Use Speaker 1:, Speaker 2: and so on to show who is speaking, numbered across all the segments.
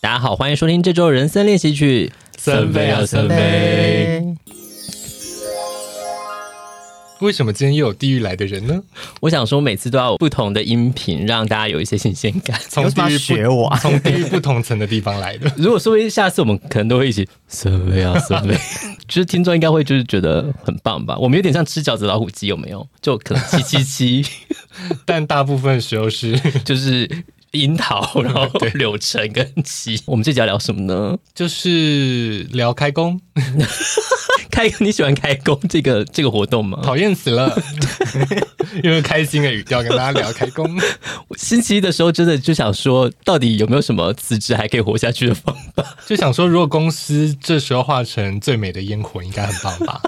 Speaker 1: 大家好，欢迎收听这周人生练习曲。
Speaker 2: 三杯啊三杯！为什么今天又有地狱来的人 呢？
Speaker 1: 我想说，每次都要有不同的音频，让大家有一些新鲜感。
Speaker 2: 从地狱
Speaker 3: 有什么学
Speaker 2: 不
Speaker 3: 我 啊
Speaker 2: 从地狱不同层的地方来 的。
Speaker 1: 如果说下次我们可能都会一起三杯啊三杯， 就是听众应该会就是觉得很棒吧。我们有点像吃饺子老虎机，有没有？就可能七七七，
Speaker 2: 但大部分时候是
Speaker 1: 就是樱桃，然后柳橙跟七。我们这集要聊什么呢？
Speaker 2: 就是聊开工，
Speaker 1: 开你喜欢开工这个这个活动吗？
Speaker 2: 讨厌死 了，因为开心的语调跟大家聊开 工。
Speaker 1: 星期一的时候，真的就想说，到底有没有什么辞职还可以活下去的方法？
Speaker 2: 就想说，如果公司这时候化成最美的烟火，应该很棒 吧？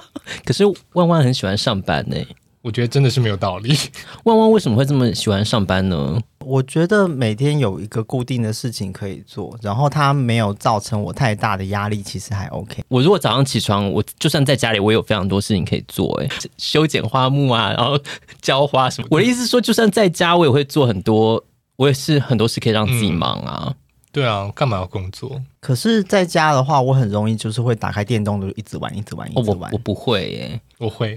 Speaker 1: 可是万万很喜欢上班呢、
Speaker 2: 我觉得真的是没有道理。
Speaker 1: 万万为什么会这么喜欢上班呢？
Speaker 3: 我觉得每天有一个固定的事情可以做，然后它没有造成我太大的压力，其实还 OK。
Speaker 1: 我如果早上起床，我就算在家里，我也有非常多事情可以做、欸，修剪花木啊，然后浇花什么。我的意思是说，就算在家，我也会做很多，我也是很多事可以让自己忙啊。
Speaker 2: 对啊，干嘛要工作？
Speaker 3: 可是在家的话，我很容易就是会打开电动的，一直玩，一直
Speaker 2: 嗯
Speaker 3: 玩，一
Speaker 1: 哦
Speaker 3: 直
Speaker 1: 我
Speaker 3: 玩
Speaker 1: 我。不会哎耶、
Speaker 2: 我会，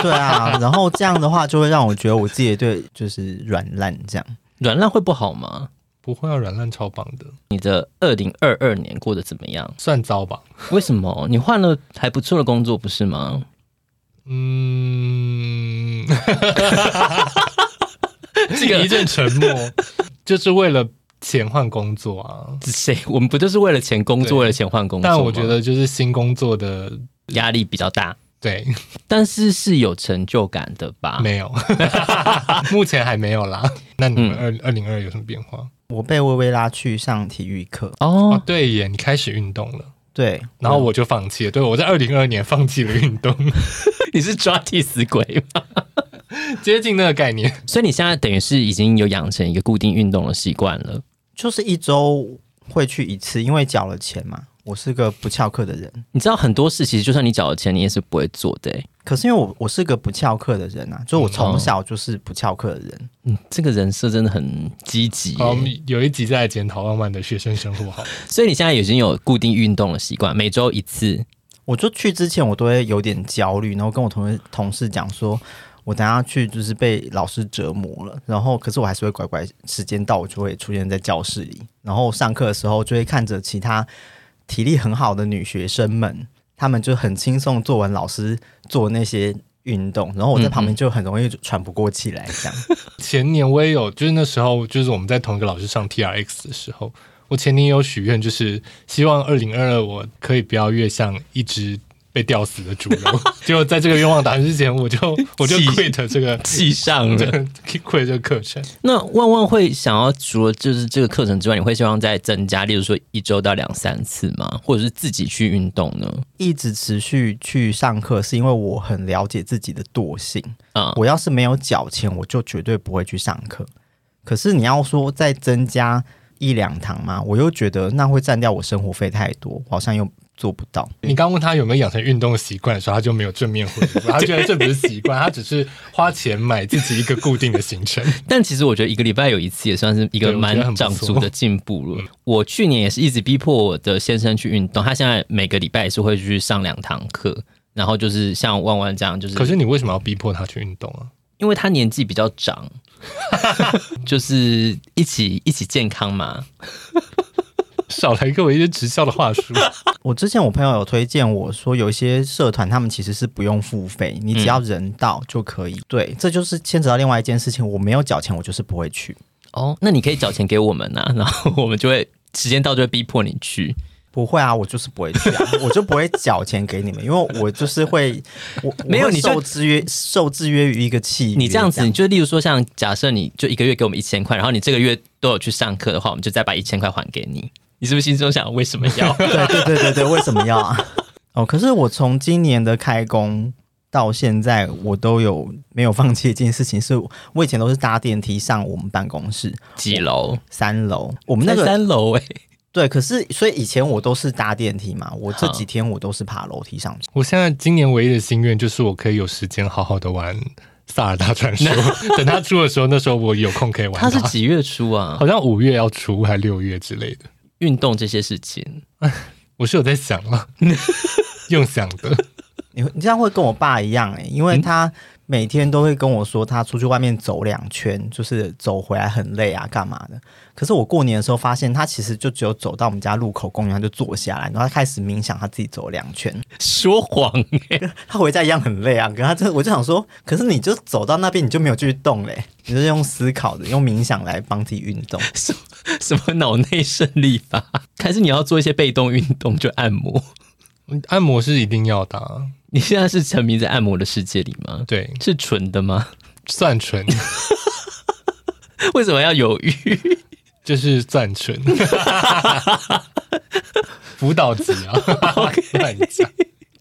Speaker 3: 对啊，然后这样的话就会让我觉得我自己对就是软烂这样。
Speaker 1: 软烂会不好吗？
Speaker 2: 不会要软烂超棒的，？
Speaker 1: 你的二零二二年过得怎么样
Speaker 2: 算糟吧？
Speaker 1: 为什么你换了还不错的工作，不是吗？
Speaker 2: 嗯，
Speaker 1: 这个
Speaker 2: 一阵沉默，就是为了钱换工作啊。
Speaker 1: 谁？我们不就是为了钱工
Speaker 2: 对
Speaker 1: 作，为了钱换工作吗？
Speaker 2: 但我觉得就是新工作的，
Speaker 1: 压力比较大，
Speaker 2: 对，
Speaker 1: 但是是有成就感的吧？
Speaker 2: 没有， 目前还没有啦。那你
Speaker 1: 嗯
Speaker 2: 们二二零二有什么变化？
Speaker 3: 我被微微拉去上体育课，
Speaker 1: 哦嗯
Speaker 2: 哦，，对耶，你开始运动了，
Speaker 3: 对，
Speaker 2: 然后我就放弃了。对，我在二零二年放弃了运 动，
Speaker 1: 你是抓替死鬼吗？
Speaker 2: 接近那个概念。
Speaker 1: 所以你现在等于是已经有养成一个固定运动的习惯了。
Speaker 3: 就是一周会去一次，因为缴了钱嘛。我是个不翘课的人，
Speaker 1: 你知道很多事，其实就算你缴了钱，你也是不会做的欸、
Speaker 3: 可是因为我我是个不翘课的人啊，就我从
Speaker 1: 哦
Speaker 3: 小就是不翘课的人。
Speaker 1: 嗯，这个人设真的很积极欸、
Speaker 2: 好，我们有一集再来检讨浪漫的学生生活，好了，
Speaker 1: 所以你现在已经有固定运动的习惯，每周一次。
Speaker 3: 我就去之前我都会有点焦虑，然后跟我同事同事讲说，我等下去就是被老师折磨了。然后可是我还是会乖乖，时间到我就会出现在教室里，然后上课的时候就会看着其他体力很好的女学生们，她们就很轻松做完老师做那些。运动，然后我在旁边就很容易喘不过气来，这样。
Speaker 2: 前年我也有，就是那时候就是我们在同一个老师上 T R X 的时候，我前年也有许愿，就是希望二零二二我可以不要越像一只被吊死的猪肉。 结果在这个愿望达成之前，我就 我就
Speaker 1: 气
Speaker 2: quit 这个
Speaker 1: 记 上
Speaker 2: 这。个 quit 这个课程。
Speaker 1: 那万万会想要除了就是这个课程之外，你会希望再增加，例如说一周到两三次吗？或者是自己去运动呢？
Speaker 3: 一直持续去上课，是因为我很了解自己的惰性。
Speaker 1: 啊、
Speaker 3: 我要是没有缴钱，我就绝对不会去上课。可是你要说再增加一两堂嘛，我又觉得那会占掉我生活费太多，我好像又做不到。
Speaker 2: 你刚问他有没有养成运动习惯的时候，他就没有正面回复，他觉得这不是习惯，他只是花钱买自己一个固定的行 程。
Speaker 1: 但其实我觉得一个礼拜有一次也算是一个
Speaker 2: 对我觉得很
Speaker 1: 蛮
Speaker 2: 不嗯
Speaker 1: 长足的进步了。 我去年也是一直逼迫我的先生去运动，他现在每个礼拜也是会去上两堂课，然后就是像万万这样，就是
Speaker 2: 可是你为什么要逼迫他去运动啊？
Speaker 1: 因为他年纪比较 长，就是一起一起健康嘛。
Speaker 2: 少来给我一些直销的话术。
Speaker 3: 我之前我朋友有推荐我说，有一些社团他们其实是不用付费，你
Speaker 1: 嗯
Speaker 3: 只要人到就可以。对，这就是牵扯到另外一件事情，我没有缴钱，我就是不会去。
Speaker 1: 哦，那你可以缴钱给我们呐、 然后我们就会时间到就会逼迫你去。
Speaker 3: 不会啊，我就是不会去啊，我就不会缴钱给你们，因为我就是会，我
Speaker 1: 没有
Speaker 3: 我会
Speaker 1: 你就
Speaker 3: 受制约，受制约于一个契约。
Speaker 1: 你这样子，你就例如说像假设你就一个月给我们一千块，然后你这个月都有去上课的话，我们就再把一千块还给你。你是不是心中想为什么 要？
Speaker 3: 对对对对对，为什么要啊？ 哦，可是我从今年的开工到现在，我都有没有放弃一件事情，是我以前都是搭电梯上我们办公室
Speaker 1: 几楼？
Speaker 3: 三楼，我
Speaker 1: 我
Speaker 3: 们那个
Speaker 1: 三楼哎、
Speaker 3: 对，可是所以以前我都是搭电梯嘛，我这
Speaker 1: 好
Speaker 3: 几天我都是爬楼梯上去。
Speaker 2: 我现在今年唯一的心愿就是我可以有时间好好的玩《萨尔 达传说》，等它出的时候，那时候我有空可以玩
Speaker 1: 他
Speaker 2: 它。
Speaker 1: 是几月出啊？
Speaker 2: 好像五月要出，还六月之类的。
Speaker 1: 运动这些事情，
Speaker 2: 我是有在想了，用想的，
Speaker 3: 你会你这样会跟我爸一样哎、因为他每天都会跟我说他出去外面走两圈，就是走回来很累啊，干嘛的。可是我过年的时候发现，他其实就只有走到我们家路口公园，他就坐下来，然后他开始冥想，他自己走两圈。
Speaker 1: 说谎哎、
Speaker 3: 他回家一样很累啊，可是他这我就想说，可是你就走到那边你就没有继续动嘞、你就是用思考的，用冥想来帮自己运动。
Speaker 1: 什什么脑内胜利法？还是你要做一些被动运动，就按摩？
Speaker 2: 按摩是一定要的、啊，
Speaker 1: 你现在是沉迷在按摩的世界里吗？
Speaker 2: 对，
Speaker 1: 是纯的吗？
Speaker 2: 算唇
Speaker 1: 为什么要犹豫？
Speaker 2: 就是算 唇，辅导级啊，乱讲，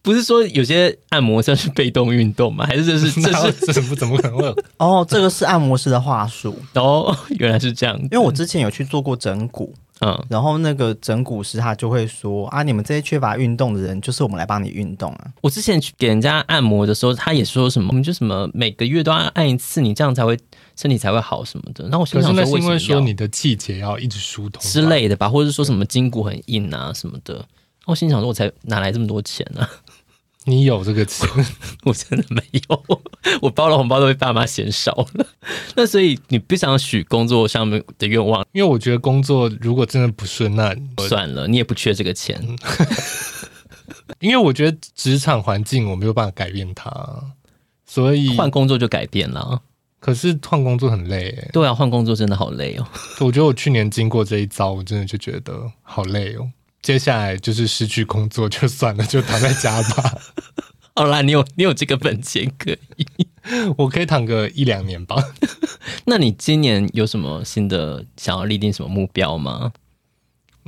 Speaker 1: 不是说有些按摩算是被动运动吗？还是这 是这
Speaker 2: 那
Speaker 1: 是
Speaker 2: 这不怎么可能会有？
Speaker 3: 哦，这个是按摩师的话术，
Speaker 1: 哦，原来是这样子。
Speaker 3: 因为我之前有去做过整骨，
Speaker 1: 嗯，
Speaker 3: 然后那个整骨师他就会说啊，你们这些缺乏运动的人，就是我们来帮你运动啊。
Speaker 1: 我之前去给人家按摩的时候，他也说什么，我们就什么每个月都要按一次，你这样才会身体才会好什么的。那我
Speaker 2: 可
Speaker 1: 心
Speaker 2: 是
Speaker 1: 想
Speaker 2: 那
Speaker 1: 说，
Speaker 2: 是因
Speaker 1: 为
Speaker 2: 为
Speaker 1: 什么
Speaker 2: 说
Speaker 1: 要
Speaker 2: 你的气节要一直疏通吧啊
Speaker 1: 之，类的吧，或者是说什么筋骨很硬啊什么的。我心想说，我才哪来这么多钱呢、 啊？
Speaker 2: 你有这个 词，
Speaker 1: 我真的没有， 我包的红包都被爸妈嫌少了。 那所以你不想许工作上面的愿望，
Speaker 2: 因为我觉得工作如果真的不顺，那
Speaker 1: 算了，你也不缺这个钱。
Speaker 2: 因为我觉得职场环境我没有办法改变它，所以
Speaker 1: 换工作就改变了。啊
Speaker 2: 可是换工作很累、欸，
Speaker 1: 对啊，换工作真的好累哦。
Speaker 2: 我觉得我去年经过这一遭，我真的就觉得好累哦。接下来就是失去工作就算了，就躺在家吧。
Speaker 1: 好啦，你有你有这个本钱可以。
Speaker 2: 我可以躺个一两年吧。
Speaker 1: 那你今年有什么新的想要立定什么目标吗？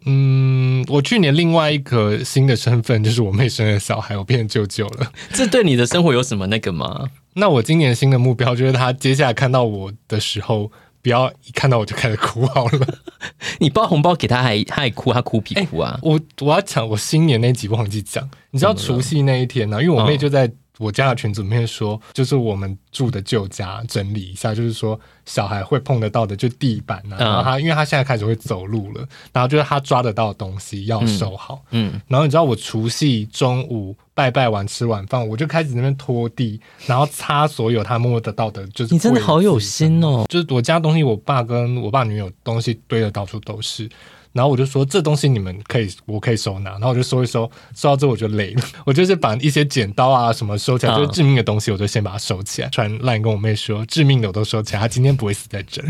Speaker 2: 嗯，我去年另外一个新的身份就是我妹生了小孩，我变成舅舅了。
Speaker 1: 这对你的生活有什么那个吗？
Speaker 2: 那我今年新的目标就是她接下来看到我的时候，不要一看到我就开始哭好了。
Speaker 1: 你包红包给他还他还哭，他哭屁哭啊！
Speaker 2: 我我要讲我新年那集忘记讲，你知道除夕那一天啊呢、因为我妹就在我家的群组里面说，就是我们住的旧家整理一下，就是说小孩会碰得到的就地板啊，
Speaker 1: 嗯
Speaker 2: 然后她因为她现在开始会走路了，然后就是她抓得到的东西要收好。
Speaker 1: 嗯，
Speaker 2: 然后你知道我除夕中午拜拜完吃晚饭，我就开始在那边拖地，然后擦所有她摸得到的，就是
Speaker 1: 你真的
Speaker 2: 柜子
Speaker 1: 好有心哦。
Speaker 2: 就是我家东西，我爸跟我爸女友东西堆的到处都是。然后我就说这东西你们可以，我可以收拿。然后我就收一收，收到之后我就累了， 我就是把一些剪刀啊什么收起来，
Speaker 1: 嗯
Speaker 2: 就是致命的东西我就先把它收起来。传烂跟我妹说，致命的我都收起来，她今天不会死在这儿。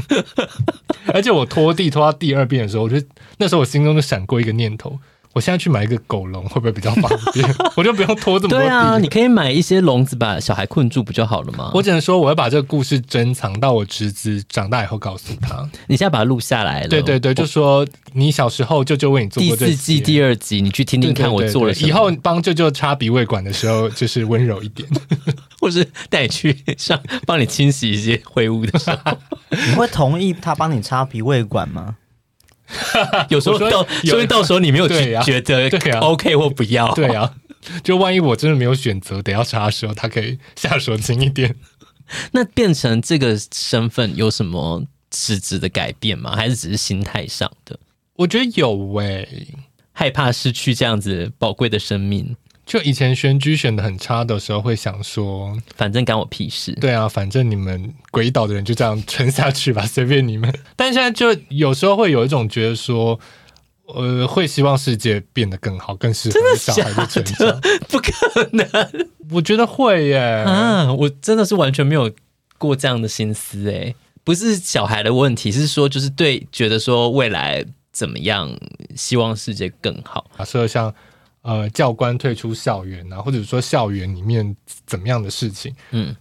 Speaker 2: 而且我拖地拖到第二遍的时候，我就那时候我心中就闪过一个念头。我现在去买一个狗笼会不会比较方 便？我就不用拖这么多地。
Speaker 1: 对啊，你可以买一些笼子把小孩困住不就好了吗？
Speaker 2: 我只能说，我要把这个故事珍藏到我侄子长大以后告诉他。
Speaker 1: 你现在把它录下来了。
Speaker 2: 对对对，就说你小时候舅舅为你做
Speaker 1: 第
Speaker 2: 过这
Speaker 1: 四季
Speaker 2: 些
Speaker 1: 第二集，你去听听
Speaker 2: 对对
Speaker 1: 看我
Speaker 2: 对
Speaker 1: 做了
Speaker 2: 对
Speaker 1: 什么，
Speaker 2: 以后帮舅舅插鼻胃管的时候，就是温柔一 点。
Speaker 1: 或是带你去上帮你清洗一些灰污的时候，
Speaker 3: 你会同意他帮你插鼻胃管吗？
Speaker 1: 有时候
Speaker 2: 我说
Speaker 1: 到，
Speaker 2: 有
Speaker 1: 所以到时候你没有
Speaker 2: 对
Speaker 1: 觉
Speaker 2: 啊
Speaker 1: 觉得
Speaker 2: 对啊
Speaker 1: OK 或不要，
Speaker 2: 对啊，就万一我真的没有选择，得要插的时候，他可以下手轻一点。
Speaker 1: 那变成这个身份有什么实质的改变吗？还是只是心态上的
Speaker 2: 我觉得有欸喂、
Speaker 1: 害怕失去这样子宝贵的生命？
Speaker 2: 就以前选举选的很差的时候，会想说，
Speaker 1: 反正干我屁事。
Speaker 2: 对啊，反正你们鬼岛的人就这样撑下去吧， 随便你们。但现在就有时候会有一种觉得说，呃，会希望世界变得更好，更适合小孩的成长。
Speaker 1: 不可能
Speaker 2: 我觉得会耶、
Speaker 1: 啊！我真的是完全没有过这样的心思诶、不是小孩的问题，是说就是对觉得说未来怎么样，希望世界更好。
Speaker 2: 假设像呃教官退出校园啊，或者说校园里面怎么样的事情，
Speaker 1: 嗯，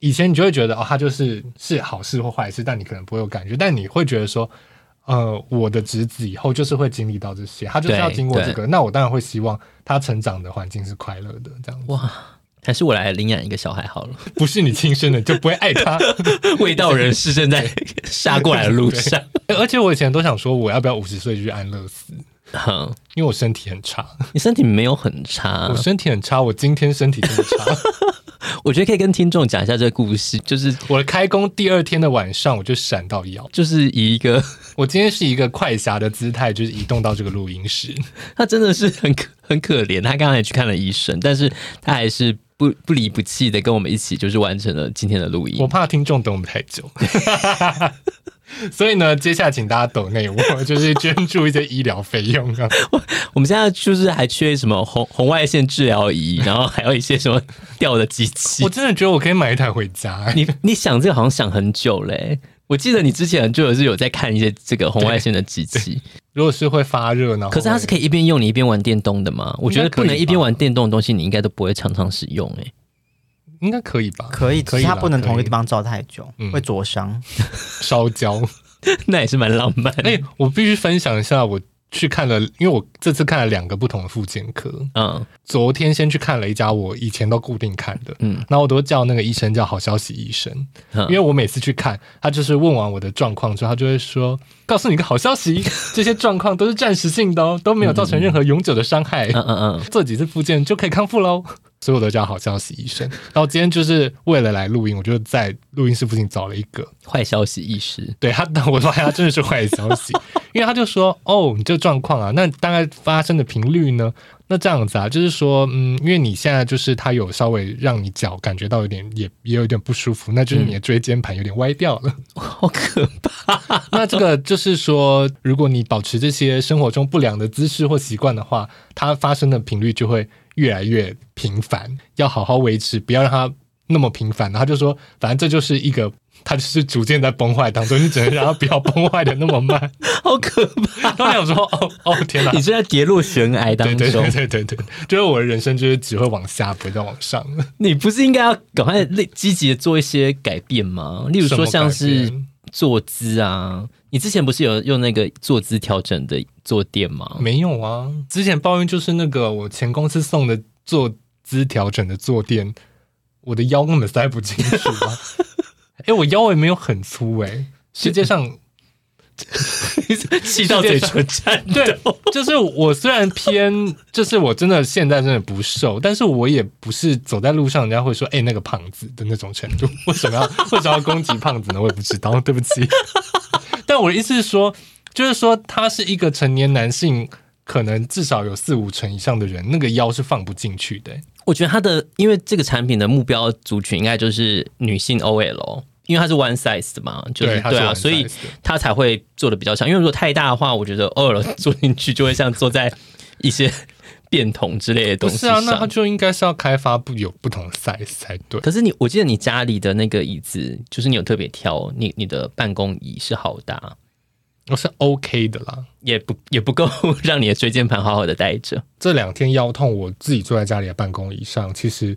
Speaker 2: 以前你就会觉得哦，它就是是好事或坏事，但你可能不会有感觉，但你会觉得说。呃，我的侄子以后就是会经历到这些，他就是要
Speaker 1: 对
Speaker 2: 经过这
Speaker 1: 对
Speaker 2: 个，那我当然会希望他成长的环境是快乐的，这样子，
Speaker 1: 哇，还是我来领养一个小孩好了。
Speaker 2: 不是你亲生的就不会爱他。
Speaker 1: 味道人士正在杀过来的路上。
Speaker 2: 而且我以前都想说，我要不要五十岁就去安乐死？
Speaker 1: 哼，
Speaker 2: 因为我身体很差，
Speaker 1: 你身体没有很差
Speaker 2: 我，身体很差，我今天身体这么 差，
Speaker 1: 我觉得可以跟听众讲一下这个故事，就是
Speaker 2: 我开工第二天的晚上我就闪到腰，
Speaker 1: 就是以一个
Speaker 2: 我今天是一个快侠的姿态，就是移动到这个录音室，
Speaker 1: 他真的是很可很可怜，他刚才去看了医生，但是他还是不不离不弃的跟我们一起，就是完成了今天的录
Speaker 2: 我
Speaker 1: 音。
Speaker 2: 怕听众等我们太久。 所以呢，接下来请大家抖内我，就是捐助一些医疗费用 啊，
Speaker 1: 我们现在就是还缺什么红红外线治疗仪，然后还有一些什么掉的机器
Speaker 2: 我。真的觉得我可以买一台回家、欸
Speaker 1: 你你想这个好像想很久嘞、我记得你之前就有是有在看一些这个红外线的机器，
Speaker 2: 如果是会发热呢？
Speaker 1: 可是它是可
Speaker 2: 以，
Speaker 1: 以一边用你一边玩电动的吗？我觉得
Speaker 2: 应该可
Speaker 1: 不
Speaker 2: 以
Speaker 1: 能一边
Speaker 2: 吧
Speaker 1: 玩电动的东西，你应该都不会常常使用 哎、
Speaker 2: 应该可以吧？
Speaker 3: 可以，只
Speaker 2: 可以
Speaker 3: 是
Speaker 2: 啦，
Speaker 3: 它不能同一个地
Speaker 2: 方
Speaker 3: 方照太久，
Speaker 2: 嗯
Speaker 3: 会灼伤。
Speaker 2: 烧焦。
Speaker 1: 那也是蛮浪漫的。
Speaker 2: 哎，我必须分享一下，我去看了，因为我这次看了两个不同的复健科。
Speaker 1: 嗯，
Speaker 2: 昨天先去看了一家我以前都固定看的，
Speaker 1: 嗯
Speaker 2: 嗯，那我都叫那个医生叫好消息医生，
Speaker 1: 嗯
Speaker 2: 因为我每次去看，他就是问完我的状况之后，他就会说，告诉你一个好消息，这些状况都是暂时性的哦，都没有造成任何永久的伤害。
Speaker 1: 嗯嗯嗯，
Speaker 2: 做几次复健就可以康复喽。所以我都叫好消息医生。然后今天就是为了来录音，我就在录音室附近找了一个。
Speaker 1: 坏消息意识。
Speaker 2: 对他，但我发现他真的是坏消息，因为他就说：“哦，你这状况啊，那大概发生的频率呢？那这样子啊，就是说，嗯，因为你现在就是他有稍微让你脚感觉到有点也也有一点不舒服，那就是你的椎间盘有点歪掉了。
Speaker 1: 好可怕！
Speaker 2: 那这个就是说，如果你保持这些生活中不良的姿势或习惯的话，它发生的频率就会越来越频繁，要好好维持，不要让它那么频繁。然后他就说，反正这就是一个，它就是逐渐在崩坏当中，你只能让它不要崩坏的那么慢。
Speaker 1: 好可 怕！
Speaker 2: 然后我想说，哦哦，天哪！
Speaker 1: 你正在跌落悬崖当
Speaker 2: 对
Speaker 1: 中，
Speaker 2: 对对对对对，就是我的人生就是只会往下，不会再往上了。
Speaker 1: 你不是应该要赶快积极的做一些改变吗？例如说像
Speaker 2: 什么改
Speaker 1: 是
Speaker 2: 变
Speaker 1: 坐姿啊，你之前不是有用那个坐姿调整的坐垫 吗？
Speaker 2: 没有啊，之前抱怨就是那个我前公司送的坐姿调整的坐垫，我的腰根本塞不进去啊！哎、我腰也没有很粗哎、世界上
Speaker 1: 气到嘴唇颤
Speaker 2: 对
Speaker 1: 抖。，
Speaker 2: 就是我虽然偏， 就是我真的现在真的不瘦，但是我也不是走在路上人家会说哎、那个胖子的那种程度。 为什么要为什么要攻击胖子呢？我也不知道，对不起。 但我的意思是说，就是说他是一个成年男性，可能至少有四五成以上的人，那个腰是放不进去的、
Speaker 1: 我觉得它的，因为这个产品的目标族群应该就是女性 OL，因为它是 one size 的嘛，就是
Speaker 2: 对它是
Speaker 1: 啊，
Speaker 2: one
Speaker 1: 所以
Speaker 2: size 的
Speaker 1: 它才会做的比较像。因为如果太大的话，我觉得 OL 坐进去就会像坐在一些便桶之类的
Speaker 2: 不
Speaker 1: 东西
Speaker 2: 是
Speaker 1: 上。
Speaker 2: 啊，那他就应该是要开发不有不同的 size 才对。
Speaker 1: 可是你，我记得你家里的那个椅子，就是你有特别挑，你你的办公椅是好大，
Speaker 2: 我是 OK 的啦。
Speaker 1: 也不也不够 让你的椎间盘好好的待着。
Speaker 2: 这两天腰痛，我自己坐在家里的办公椅上，其实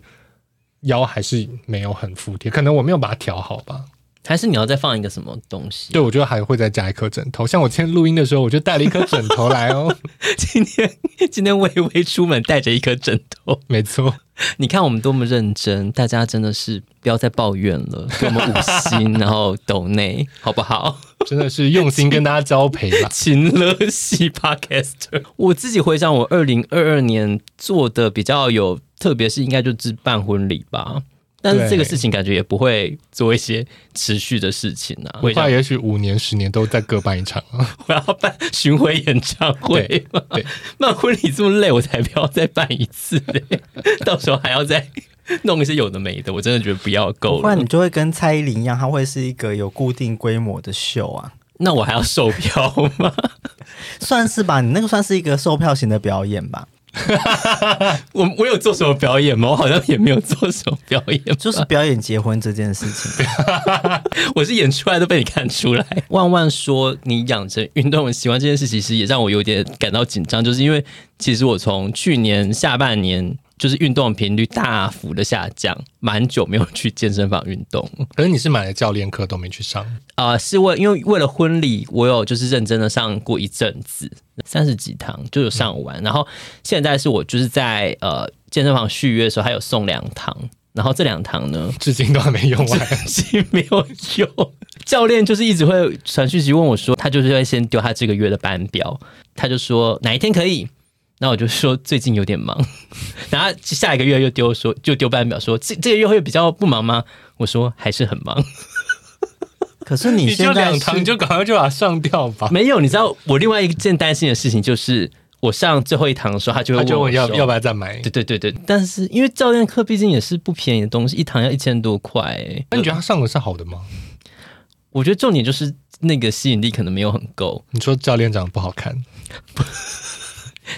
Speaker 2: 腰还是没有很服帖，可能我没有把它调好吧。
Speaker 1: 还是你要再放一个什么东西？
Speaker 2: 对，我觉得还会再加一颗枕头。像我今天录音的时候，我就带了一颗枕头来哦。
Speaker 1: 今天 今天微微出门带着一颗枕头，
Speaker 2: 没错，
Speaker 1: 你看我们多么认真，大家真的是不要再抱怨了，给我们五星，然后抖 内好不好？。
Speaker 2: 真的是用心跟大家交陪啦
Speaker 1: 秦乐系 Podcaster。我自己回想，我二零二二年做的比较有，特别是应该就是办婚礼吧。但是
Speaker 2: 对
Speaker 1: 这个事情感觉也不会做一些持续的事情啊。我
Speaker 2: 我
Speaker 1: 也想
Speaker 2: 怕也许五年、十年都在各办一场啊。
Speaker 1: 我要办巡回演唱会
Speaker 2: 对，对，
Speaker 1: 那婚礼这么累，我才不要再办一次嘞、 到时候还要再弄一些有的没的，我真的觉得不要够
Speaker 3: 不然
Speaker 1: 了
Speaker 3: 你。就会跟蔡依林一样，它会是一个有固定规模的秀啊，
Speaker 1: 那我还要售票吗？
Speaker 3: 算是吧。你那个算是一个售票型的表演吧，
Speaker 1: 我我有做什么表演吗？我好像也没有做什么表演吧，
Speaker 3: 就是表演结婚这件事 情。
Speaker 1: 我是演出来都被你看出来。万万说你养成运动的习惯这件事，其实也让我有点感到紧张，就是因为其实我从去年下半年就是运动频率大幅的下降，蛮久没有去健身房运动。
Speaker 2: 可是你是买了教练课都没去上，
Speaker 1: 啊、是为因为为了婚礼，我有就是认真的上过一阵子，三十几堂就有上完。然后现在是我就是在呃健身房续约的时候，还有送两堂，然后这两堂呢，
Speaker 2: 至今都还没用完。
Speaker 1: 是没有用。教练就是一直会传讯息问我说，他就是会先丢他这个月的班表，他就说哪一天可以。那我就说最近有点忙，然后下一个月又丢说就丢班表说这这个月会比较不忙吗？我说还是很忙，
Speaker 3: 可是你
Speaker 2: 你就
Speaker 3: 现在
Speaker 2: 两
Speaker 3: 是
Speaker 2: 堂，你就赶快就把它上掉吧。
Speaker 1: 没有。你知道我另外一件担心的事情就是，我上最后一堂的时候，他就会
Speaker 2: 他就
Speaker 1: 问
Speaker 2: 问
Speaker 1: 我
Speaker 2: 要
Speaker 1: 说
Speaker 2: 要不要再买
Speaker 1: 对？对对对，但是因为教练课毕竟也是不便宜的东西，一堂要一千多块、欸。
Speaker 2: 那你觉得他上的是好的吗？
Speaker 1: 我觉得重点就是那个吸引力可能没有很够。
Speaker 2: 你说教练长得不好看，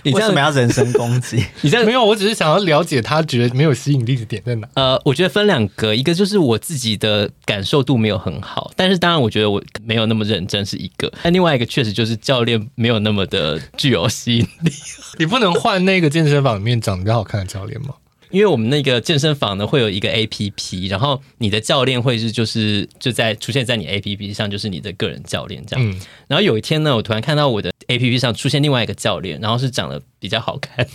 Speaker 1: 你这
Speaker 3: 为什么
Speaker 1: 样，
Speaker 3: 要人身攻击？
Speaker 1: 你这样
Speaker 2: 没有，我只是想要了解他觉得没有吸引力的点在哪。
Speaker 1: 呃，我觉得分两个，一个就是我自己的感受度没有很好，但是当然我觉得我没有那么认真是一个，但另外一个确实就是教练没有那么的具有吸引力，
Speaker 2: 你不能换那个健身房里面长得比较好看的教练吗？
Speaker 1: 因为我们那个健身房呢会有一个 A P P，然后你的教练会是就是就在出现在你 A P P 上，就是你的个人教练这样。
Speaker 2: 嗯，
Speaker 1: 然后有一天呢，我突然看到我的 A P P 上出现另外一个教练，然后是长得比较好看 的，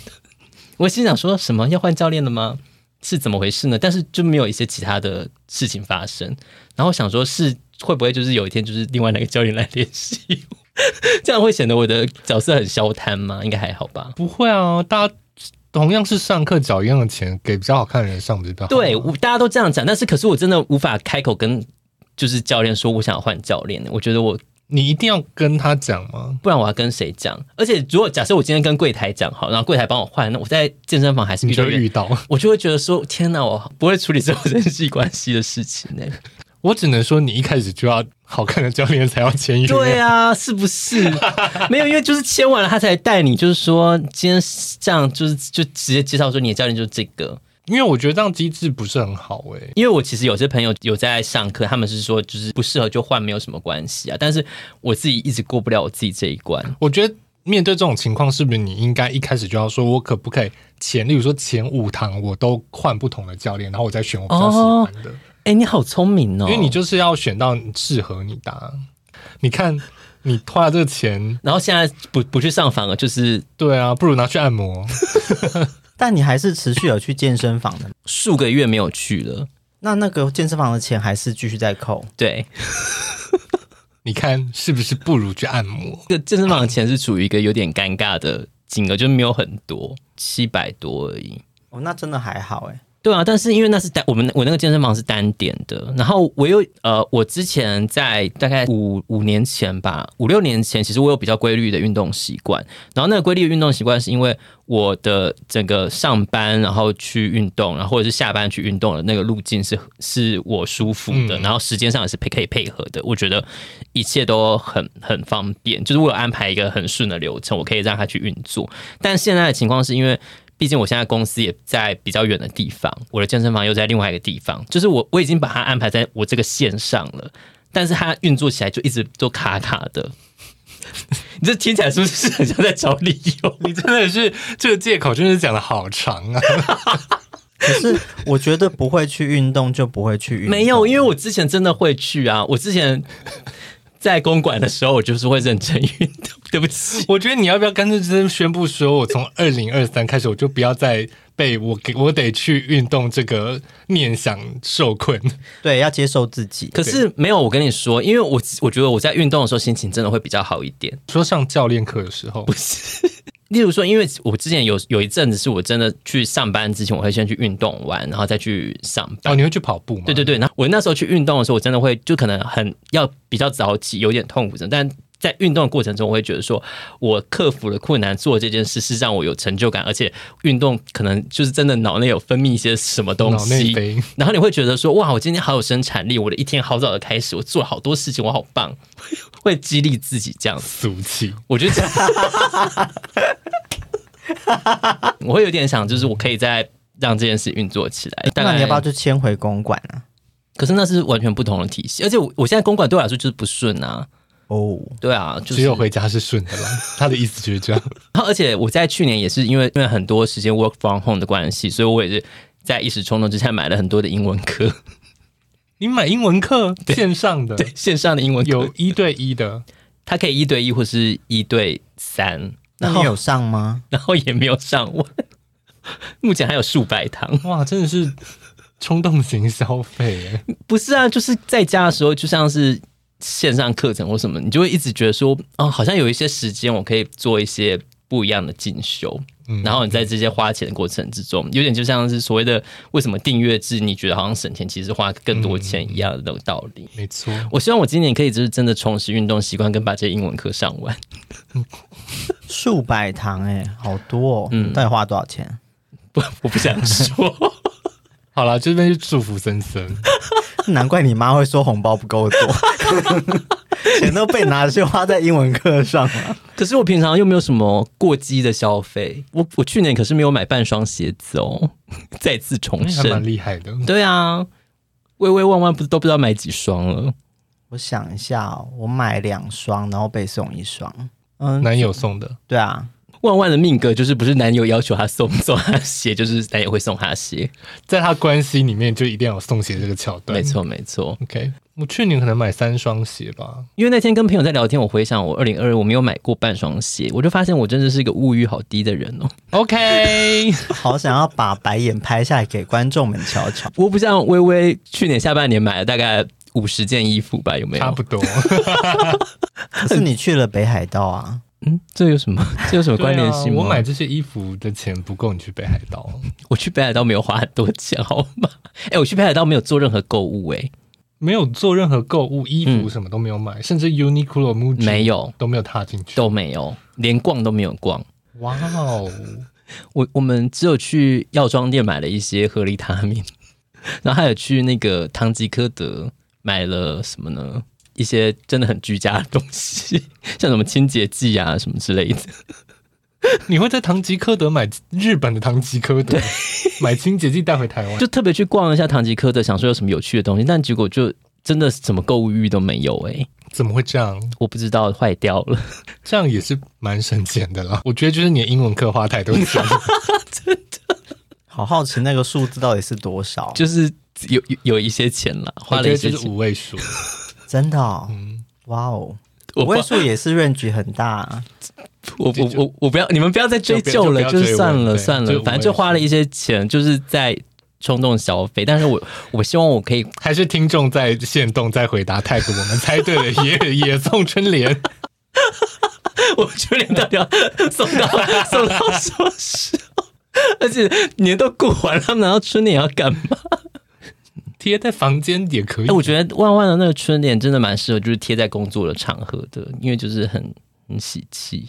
Speaker 1: 我心想说什么要换教练了吗？是怎么回事呢？但是就没有一些其他的事情发生，然后我想说是会不会就是有一天就是另外那个教练来联系我， 这样会显得我的角色很消摊吗？应该还好吧。
Speaker 2: 不会啊，大家同样是上课缴一样的钱，给比较好看的人上不是比较好 吗
Speaker 1: 对，我大家都这样讲，但是可是我真的无法开口跟就是教练说我想要换教练，我觉得我
Speaker 2: 你一定要跟他讲吗？
Speaker 1: 不然我要跟谁讲？而且如果假设我今天跟柜台讲好，然后柜台帮我换，那我在健身房还是
Speaker 2: 你
Speaker 1: 遇
Speaker 2: 就
Speaker 1: 到
Speaker 2: 会遇到。
Speaker 1: 我就会觉得说，天哪，我不会处理这种人际关系的事情欸呢、
Speaker 2: 我只能说，你一开始就要好看的教练才要签约。
Speaker 1: 对啊，是不是？没有，因为就是签完了，他才带你，就是说今天这样，就是就直接介绍说你的教练就是这个。
Speaker 2: 因为我觉得这样机制不是很好欸诶、
Speaker 1: 因为我其实有些朋友有在上课，他们是说就是不适合就换，没有什么关系啊。但是我自己一直过不了我自己这一关。
Speaker 2: 我觉得面对这种情况，是不是你应该一开始就要说，我可不可以前，例如说前五堂我都换不同的教练，然后我再选我比较喜欢的，
Speaker 1: 哎、你好聪明哦！
Speaker 2: 因为你就是要选到适合你的啊、你看，你花了这个钱，
Speaker 1: 然后现在不不去上反而就是
Speaker 2: 对啊，不如拿去按摩。
Speaker 3: 但你还是持续有去健身房的，
Speaker 1: 数个月没有去了。
Speaker 3: 那那个健身房的钱还是继续在扣。
Speaker 1: 对，
Speaker 2: 你看是不是不如去按摩？
Speaker 1: 这个健身房的钱是处于一个有点尴尬的金额，就是没有很多，七百多而已。
Speaker 3: 哦，那真的还好哎、
Speaker 1: 对啊，但是因为那是单我们我那个健身房是单点的，然后我有呃，我之前在大概五五年前吧，五六年前，其实我有比较规律的运动习惯。然后那个规律的运动习惯是因为我的整个上班然后去运动，然后或者是下班去运动的那个路径是是我舒服的，
Speaker 2: 嗯
Speaker 1: 然后时间上也是配可以配合的，我觉得一切都很很方便，就是我有安排一个很顺的流程，我可以让它去运作。但现在的情况是因为。毕竟我现在公司也在比较远的地方，我的健身房又在另外一个地方，就是我我已经把它安排在我这个线上了，但是它运作起来就一直都卡卡的。你这听起来是不是很像在找理由？
Speaker 2: 你真的是这个借口，真的是讲的好长啊！
Speaker 3: 可是我觉得不会去运动就不会去运动，
Speaker 1: 没有，因为我之前真的会去 啊，我之前在公馆的时候，我就是会认真运 动。对不起，
Speaker 2: 我觉得你要不要干脆直接宣布说，我从二零二三开始，我就不要再被我给我得去运动这个念想受困。
Speaker 3: 对，要接受自己。
Speaker 1: 可是没有，我跟你说，因为我我觉得我在运动的时候心情真的会比较好一点。
Speaker 2: 说上教练课的时候，
Speaker 1: 例如说，因为我之前有有一阵子是我真的去上班之前，我会先去运动完，然后再去上班。
Speaker 2: 哦，你会去跑步吗？
Speaker 1: 对对对，然后我那时候去运动的时候，我真的会就可能很要比较早起，有点痛苦症，但。在运动的过程中，我会觉得说，我克服了困难，做这件事是让我有成就感，而且运动可能就是真的脑内有分泌一些什么东
Speaker 2: 脑内
Speaker 1: 西，
Speaker 2: 啡。
Speaker 1: 然后你会觉得说，哇，我今天好有生产力，我的一天好早的开始，我做了好多事情，我好棒， 会激励自己这样子。
Speaker 2: 俗气，
Speaker 1: 我觉得这， 我会有点想，就是我可以再让这件事运作起来。大
Speaker 3: 那
Speaker 1: 概
Speaker 3: 你要不要就迁回公馆啊？
Speaker 1: 可是那是完全不同的体系，而且我我现在公馆对我来说就是不顺啊，
Speaker 3: 哦，
Speaker 1: 对啊，就是
Speaker 2: 只有回家是顺的啦。他的意思就是这样。
Speaker 1: 然后 而且我在去年也是因为因为很多时间 work from home 的关系，所以我也是在一时冲动之下买了很多的英文课，
Speaker 2: 你买英文课 线上的，
Speaker 1: 线上的英文
Speaker 2: 有
Speaker 1: 课，
Speaker 2: 一对一的，
Speaker 1: 它可以一对一或是一对三，
Speaker 3: 那
Speaker 1: 然
Speaker 3: 你
Speaker 1: 后
Speaker 3: 有上吗？
Speaker 1: 然后也没有上完，目前还有数百堂。
Speaker 2: 哇，真的是冲动型消 费欸，
Speaker 1: 不是啊，就是在家的时候，就像是线上课程或什么，你就会一直觉得说，哦，好像有一些时间我可以做一些不一样的进修。
Speaker 2: 嗯
Speaker 1: 然后你在这些花钱的过程之中，有点就像是所谓的为什么订阅制，你觉得好像省钱，其实花更多钱一样的那种道理。
Speaker 2: 没错，
Speaker 1: 我希望我今年可以就是真的重拾运动习惯，跟把这些英文课上 完。
Speaker 3: 数百堂哎、好多哦，到底花多少钱？
Speaker 1: 不，我不想 说。
Speaker 2: 好了，这边是祝福 森森，
Speaker 3: 难怪你妈会说红包不够 多，钱都被拿去花在英文课上了。
Speaker 1: 可是我平常又没有什么过激的消费，我我去年可是没有买半双鞋子哦， 再次重
Speaker 2: 还蛮
Speaker 1: 申。
Speaker 2: 厉害的。
Speaker 1: 对啊，微微万万不都不知道买几双了。
Speaker 3: 我想一下、哦，我买两双，然后被送一双。嗯，
Speaker 2: 男友送的，
Speaker 3: 对啊，
Speaker 1: 万万的命格就是不是男友要求他送不送他鞋，就是男友会送他鞋。
Speaker 2: 在他关系里面就一定要有送鞋这个桥段。
Speaker 1: 没错，没错。
Speaker 2: ，OK。我去年可能买三双鞋吧，
Speaker 1: 因为那天跟朋友在聊天，我回想我二零二我没有买过半双鞋，我就发现我真的是一个物欲好低的人哦。
Speaker 2: OK，
Speaker 3: 好想要把白眼拍下来给观众们瞧瞧。
Speaker 1: 我不像微微去年下半年买了大概五十件衣服吧，有没
Speaker 2: 差
Speaker 1: 有
Speaker 2: 不？多。
Speaker 3: 可是你去了北海道啊，
Speaker 1: 嗯，这有什 么？这有什么 关联性
Speaker 2: 对
Speaker 1: 吗？
Speaker 2: 啊我买这些衣服的钱不够你去北海道，
Speaker 1: 我去北海道没有花很多钱，好吗？ 哎、我去北海道没有做任何购物、哎诶，
Speaker 2: 没有做任何购物，衣服什么都没有买，甚至 Uniqlo、MUJI
Speaker 1: 嗯没有
Speaker 2: 都没有踏进去。
Speaker 1: 都没有，连逛都没有逛。
Speaker 2: 哇哦，
Speaker 1: 我我们只有去药妆店买了一些合力他命， 然后还有去那个唐吉诃德买了什么呢？一些真的很居家的东西， 像什么清洁剂啊什么之类的。
Speaker 2: 你会在唐吉诃德买日本的唐吉诃德，买清洁剂带回台湾？
Speaker 1: 就特别去逛了一下唐吉诃德，想说有什么有趣的东西，但结果就真的什么购物欲都没有哎、
Speaker 2: 怎么会这样？
Speaker 1: 我不知道坏掉了，
Speaker 2: 这样也是蛮省钱的啦。我觉得就是你的英文课花太多钱，
Speaker 3: 好好奇那个数字到底是多少？啊
Speaker 1: 就是有有有一些钱了， 花
Speaker 2: 我
Speaker 1: 了
Speaker 2: 觉
Speaker 1: 一
Speaker 2: 得
Speaker 1: 些
Speaker 2: 就是
Speaker 1: 钱。
Speaker 2: 五位数。
Speaker 3: 真的、哦，
Speaker 2: 嗯，
Speaker 3: 哇哦，
Speaker 1: 我
Speaker 3: 五位
Speaker 1: 不
Speaker 3: 数也是 range 很大、啊。
Speaker 1: 我我我我不要，你们不要再追究了，
Speaker 2: 就不要就不要
Speaker 1: 是算了
Speaker 2: 追问对
Speaker 1: 算
Speaker 2: 就
Speaker 1: 了，
Speaker 2: 五
Speaker 1: 反正就花了一些钱，就是在冲动消费。但是我我希望我可以，
Speaker 2: 还是听众在线动在回答泰国，我们猜对 了，也也送春联。
Speaker 1: 我就连到底 要送到送到什么时候？而且年都过完了，他们难道春联要干嘛？
Speaker 2: 贴在房间也可以。
Speaker 1: 哎、我觉得万万的那个春联真的蛮适合，就是贴在工作的场合的，因为就是很很喜气。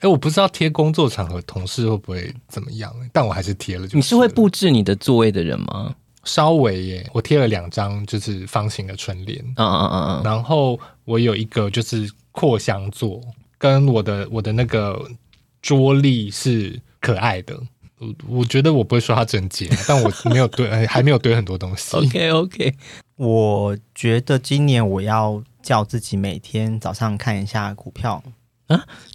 Speaker 2: 哎、我不知道贴工作场合同事会不会怎么样，但我还是贴了就
Speaker 1: 你是会
Speaker 2: 了
Speaker 1: 布置你的座位的人吗？
Speaker 2: 稍微耶，我贴了两张就是方形的春联，
Speaker 1: 啊啊啊啊！
Speaker 2: 然后我有一个就是扩香座，跟我的我的那个桌立是可爱的。我我觉得我不会说它整洁 啊，但我没有堆，哎还没有堆很多东西。
Speaker 1: OK OK，
Speaker 3: 我觉得今年我要叫自己每天早上看一下股票，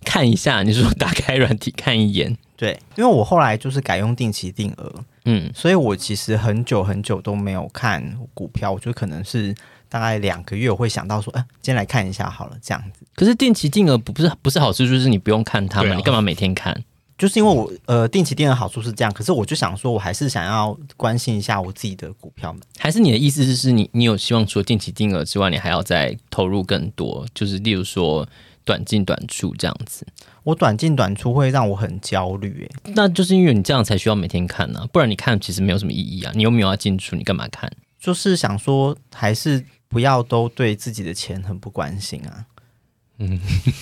Speaker 1: 看一下，你说打开软体看一眼，
Speaker 3: 对，因为我后来就是改用定期定额，
Speaker 1: 嗯，
Speaker 3: 所以我其实很久很久都没有看股票，我就可能是大概两个月，我会想到说，哎、今天来看一下好了，这样子。
Speaker 1: 可是定期定额不不是不是好处，就是你不用看它嘛，
Speaker 2: 对啊
Speaker 1: 你干嘛每天看？
Speaker 3: 就是因为我呃定期定额好处是这样，可是我就想说，我还是想要关心一下我自己的股票嘛。
Speaker 1: 还是你的意思是，是你你有希望除了定期定额之外，你还要再投入更多，就是例如说短进短出这样子。
Speaker 3: 我短进短出会让我很焦虑，哎，
Speaker 1: 那就是因为你这样才需要每天看呢、不然你看其实没有什么意义啊。你又没有要进出，你干嘛看？
Speaker 3: 就是想说还是不要都对自己的钱很不关心啊。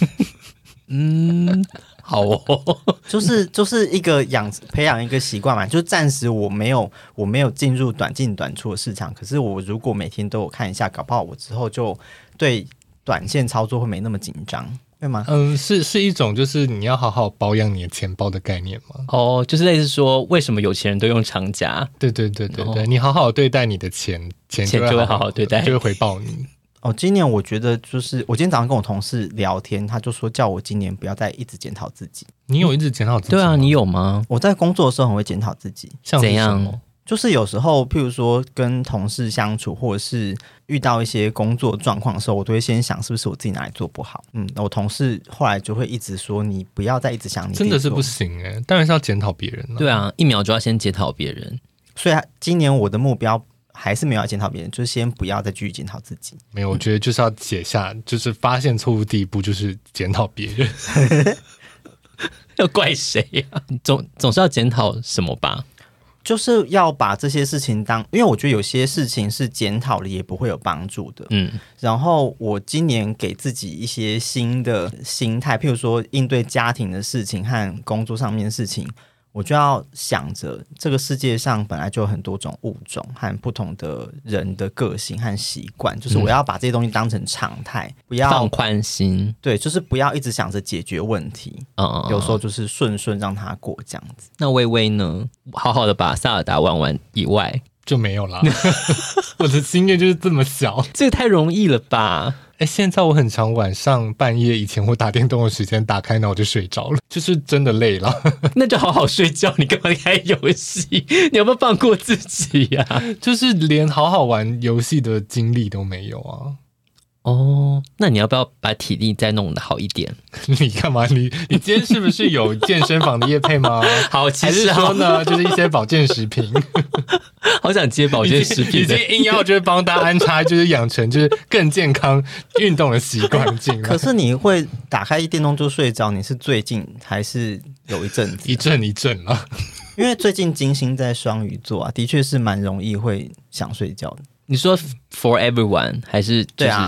Speaker 1: 嗯，好哦，
Speaker 3: 就是就是一个养培养一个习惯嘛，就是暂时我没有我没有进入短进短出的市场，可是我如果每天都有看一下，搞不好我之后就对短线操作会没那么紧张，对吗？
Speaker 2: 嗯，是是一种就是你要好好保养你的钱包的概念吗？
Speaker 1: 哦，就是类似说，为什么有钱人都用长夹？
Speaker 2: 对对对对对，你好好对待你的钱，钱
Speaker 1: 哦钱就会好好对待
Speaker 2: 就会回报你。
Speaker 3: 哦，今年我觉得就是我今天早上跟我同事聊天，他就说叫我今年不要再一直检讨自己。
Speaker 2: 你有一直检讨自己吗？
Speaker 1: 对啊，你有吗？
Speaker 3: 我在工作的时候很会检讨自己，
Speaker 2: 像是
Speaker 1: 怎样
Speaker 2: 什么
Speaker 3: 就是有时候，譬如说跟同事相处，或者是遇到一些工作状况的时候，我都会先想是不是我自己哪里做不好。嗯，我同事后来就会一直说你不要再一直想你自己
Speaker 2: 真的是
Speaker 3: 做
Speaker 1: 啊
Speaker 2: 不行哎、当然是要检讨别人了、
Speaker 1: 对啊，一秒就要先检讨别人。
Speaker 3: 所以今年我的目标还是没有要检讨别人，就是先不要再继续检讨自己。
Speaker 2: 没有，我觉得就是要写下，就是发现错误第一步就是检讨别人。
Speaker 1: 要怪谁啊呀、你总总是要检讨什么吧？
Speaker 3: 就是要把这些事情当，因为我觉得有些事情是检讨了也不会有帮助的。
Speaker 1: 嗯，
Speaker 3: 然后我今年给自己一些新的心态，譬如说应对家庭的事情和工作上面的事情，我就要想着这个世界上本来就有很多种物种和不同的人的个性和习惯，就是我要把这些东西当成常态，不
Speaker 1: 放
Speaker 3: 要
Speaker 1: 宽心。
Speaker 3: 对，就是不要一直想着解决问题，
Speaker 1: 嗯嗯，嗯
Speaker 3: 有时候就是顺顺让它过这样子。
Speaker 1: 那微微呢？好好的把萨尔达玩完以外，
Speaker 2: 就没有啦。 我的心愿就是这么小。
Speaker 1: 这个太容易了吧？
Speaker 2: 哎，现在我很常晚上半夜以前我打电动的时间打开，然后我就睡着了，就是真的累了。
Speaker 1: 那就好好睡觉，你干嘛开游戏？你有没有放过自己呀、
Speaker 2: 就是连好好玩游戏的经历都没有啊！
Speaker 1: 哦，那你要不要把体力再弄得好一点？
Speaker 2: 你干嘛？你你今天是不是有健身房的业配吗？
Speaker 1: 好，其
Speaker 2: 还是啊
Speaker 1: 实
Speaker 2: 说
Speaker 1: 好
Speaker 2: 呢，就是一些保健食 品？
Speaker 1: 好想接保健食
Speaker 2: 已
Speaker 1: 品的
Speaker 2: 经，硬要就是帮大家安插，就是养成就是更健康运动的习惯进来
Speaker 3: 可。是你会打开电动就睡着，你是最近还是有一阵 子
Speaker 2: 一？阵一阵了，
Speaker 3: 因为最近金星在双鱼座啊，的确是蛮容易会想睡觉的。
Speaker 1: 你说 for everyone 还是、就是、
Speaker 3: 对，啊，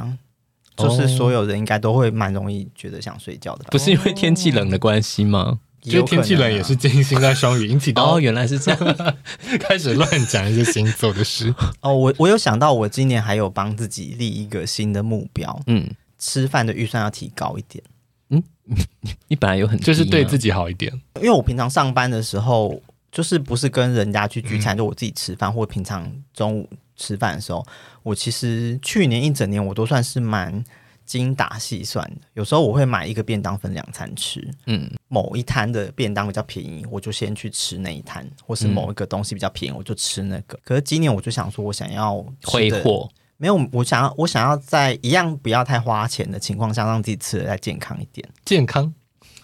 Speaker 3: 就是
Speaker 1: 哦
Speaker 3: 所有人应该都会蛮容易觉得想睡觉的吧？哦
Speaker 1: 不是因为天气冷的关系吗？
Speaker 2: 就是
Speaker 3: 啊
Speaker 2: 天气冷也是金星在双鱼，引起
Speaker 1: 哦，
Speaker 2: 到
Speaker 1: 原来是这样。
Speaker 2: 开始乱讲一些星座 的事。
Speaker 3: 哦。我我有想到，我今年还有帮自己立一个新的目标，
Speaker 1: 嗯，
Speaker 3: 吃饭的预算要提高一点。
Speaker 1: 你本来有很啊
Speaker 2: 就是对自
Speaker 1: 己
Speaker 2: 己好一点。
Speaker 3: 因为我平常上班的时候，就是不是跟人家去聚餐，就我自己吃饭，或平常中午吃饭的时候，我其实去年一整年我都算是蛮精打细算的。有时候我会买一个便当分两餐吃，
Speaker 1: 嗯
Speaker 3: 嗯，某一摊的便当比较便宜，我就先去吃那一摊，
Speaker 1: 嗯
Speaker 3: 或是某一个东西比较便宜，我就吃那个。可是今年我就想说，我想要吃
Speaker 1: 挥
Speaker 3: 的
Speaker 1: 霍，
Speaker 3: 没有，我想要我想要在一样不要太花钱的情况下，让自己吃的再健康一点。
Speaker 2: 健康，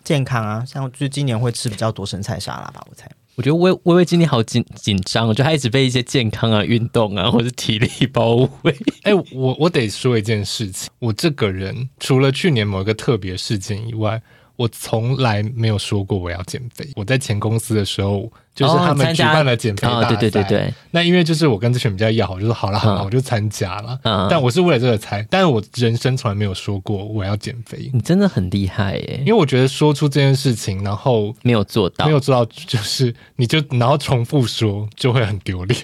Speaker 3: 健康啊，像就是今年会吃比较多生菜沙拉吧，我猜。
Speaker 1: 我觉得微微微今天好紧紧张哦，就她一直被一些健康啊、运动啊或者体力包围。
Speaker 2: 哎、我我得说一件事情，我这个人除了去年某一个特别事件以外，我从来没有说过我要减肥。我在前公司的时候，就是
Speaker 1: 哦
Speaker 2: 他们
Speaker 1: 参
Speaker 2: 举
Speaker 1: 加
Speaker 2: 办了减肥大
Speaker 1: 哦
Speaker 2: 赛、
Speaker 1: 对对对对，
Speaker 2: 那因为就是我跟这群比较要好，我就说好了好了，
Speaker 1: 嗯
Speaker 2: 我就参加了。
Speaker 1: 嗯
Speaker 2: 但我是为了这个才，但是我人生从来没有说过我要减肥，
Speaker 1: 你真的很厉害耶
Speaker 2: 因，为我觉得说出这件事情，然后
Speaker 1: 没有做到
Speaker 2: 没。有做到，就是你就然后重复说，就会很丢 脸。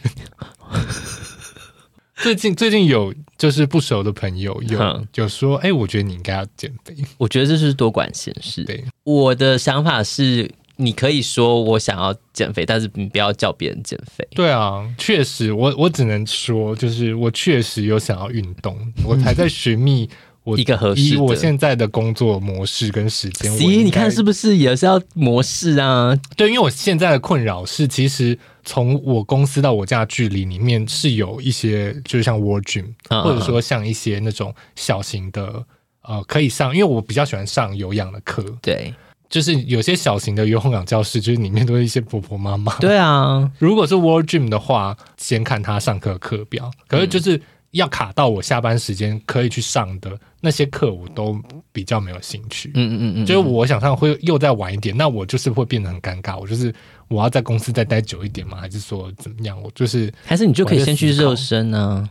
Speaker 2: 最近最近有就是不熟的朋友有
Speaker 1: 哼
Speaker 2: 有说，哎、我觉得你应该要减肥。
Speaker 1: 我觉得这是多管闲事。
Speaker 2: 对，
Speaker 1: 我的想法是，你可以说我想要减肥，但是你不要叫别人减肥。
Speaker 2: 对啊，确实，我我只能说，就是我确实有想要运 动，我还在寻觅我
Speaker 1: 一个合适
Speaker 2: 以
Speaker 1: 的
Speaker 2: 我现在的工作模式跟时间。我应
Speaker 1: 咦，
Speaker 2: 该
Speaker 1: 你看是不是也是要模式啊？
Speaker 2: 对，因为我现在的困扰是，其实从我公司到我家的距离里面是有一些，就是像 War Gym，、
Speaker 1: 嗯
Speaker 2: 或者说像一些那种小型的，呃，可以上，因为我比较喜欢上有氧的课，
Speaker 1: 对，
Speaker 2: 就是有些小型的有氧教室，就是里面都是一些婆婆妈妈。
Speaker 1: 对啊，
Speaker 2: 如果是 War Gym 的话，先看他上课课表，可
Speaker 1: 嗯
Speaker 2: 是就是要卡到我下班时间可以去上的那些课，我都比较没有兴趣。
Speaker 1: 嗯嗯嗯嗯，
Speaker 2: 就是我想上会又再晚一点，那我就是会变得很尴尬。我就是我要在公司再待久一点吗？还是说怎么样？我就是，
Speaker 1: 还是你就可以先去
Speaker 2: 我在思考
Speaker 1: 热身啊，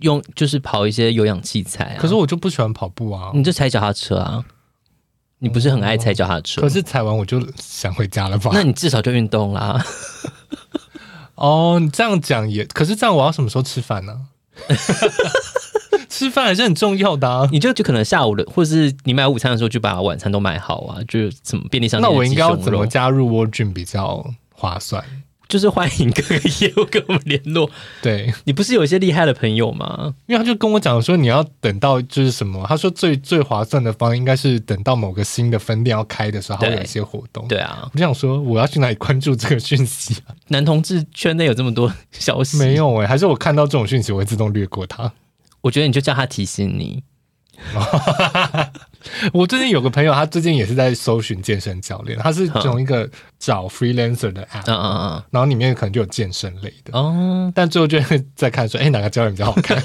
Speaker 1: 用就是跑一些有氧器材、啊。嗯
Speaker 2: 可是我就不喜欢跑步啊。
Speaker 1: 你就踩脚踏车啊，你不是很爱踩脚踏车？
Speaker 2: 可是踩完我就想回家了吧？
Speaker 1: 那你至少就运动啦。
Speaker 2: 哦，你这样讲也，可是这样我要什么时候吃饭呢、 吃饭还是很重要的啊。
Speaker 1: 你就就可能下午的，或是你买午餐的时候就把晚餐都买好啊，就是什么便利商店
Speaker 2: 那
Speaker 1: 的
Speaker 2: 我应该要
Speaker 1: 鸡胸
Speaker 2: 怎
Speaker 1: 肉
Speaker 2: 么加入 War Gym 比较划算？
Speaker 1: 就是欢迎各个业务跟我们联络。
Speaker 2: 对，
Speaker 1: 你不是有一些厉害的朋友吗？
Speaker 2: 因为他就跟我讲说，你要等到就是什么？他说最最划算的方案应该是等到某个新的分店要开的时候，还会有
Speaker 1: 对
Speaker 2: 一些活动。
Speaker 1: 对啊，
Speaker 2: 我就想说，我要去哪里关注这个讯息、 啊？
Speaker 1: 男同志圈内有这么多消息，
Speaker 2: 没？有哎、还是我看到这种讯息，我会自动略过它。
Speaker 1: 我觉得你就叫他提醒你，
Speaker 2: 我最近有个朋友，他最近也是在搜寻健身教练，他是从一个找 freelancer 的 app，、
Speaker 1: 嗯嗯
Speaker 2: 然后里面可能就有健身类的，
Speaker 1: 嗯，哦，
Speaker 2: 但最后就会再看说，哎、哪个教练比较好看，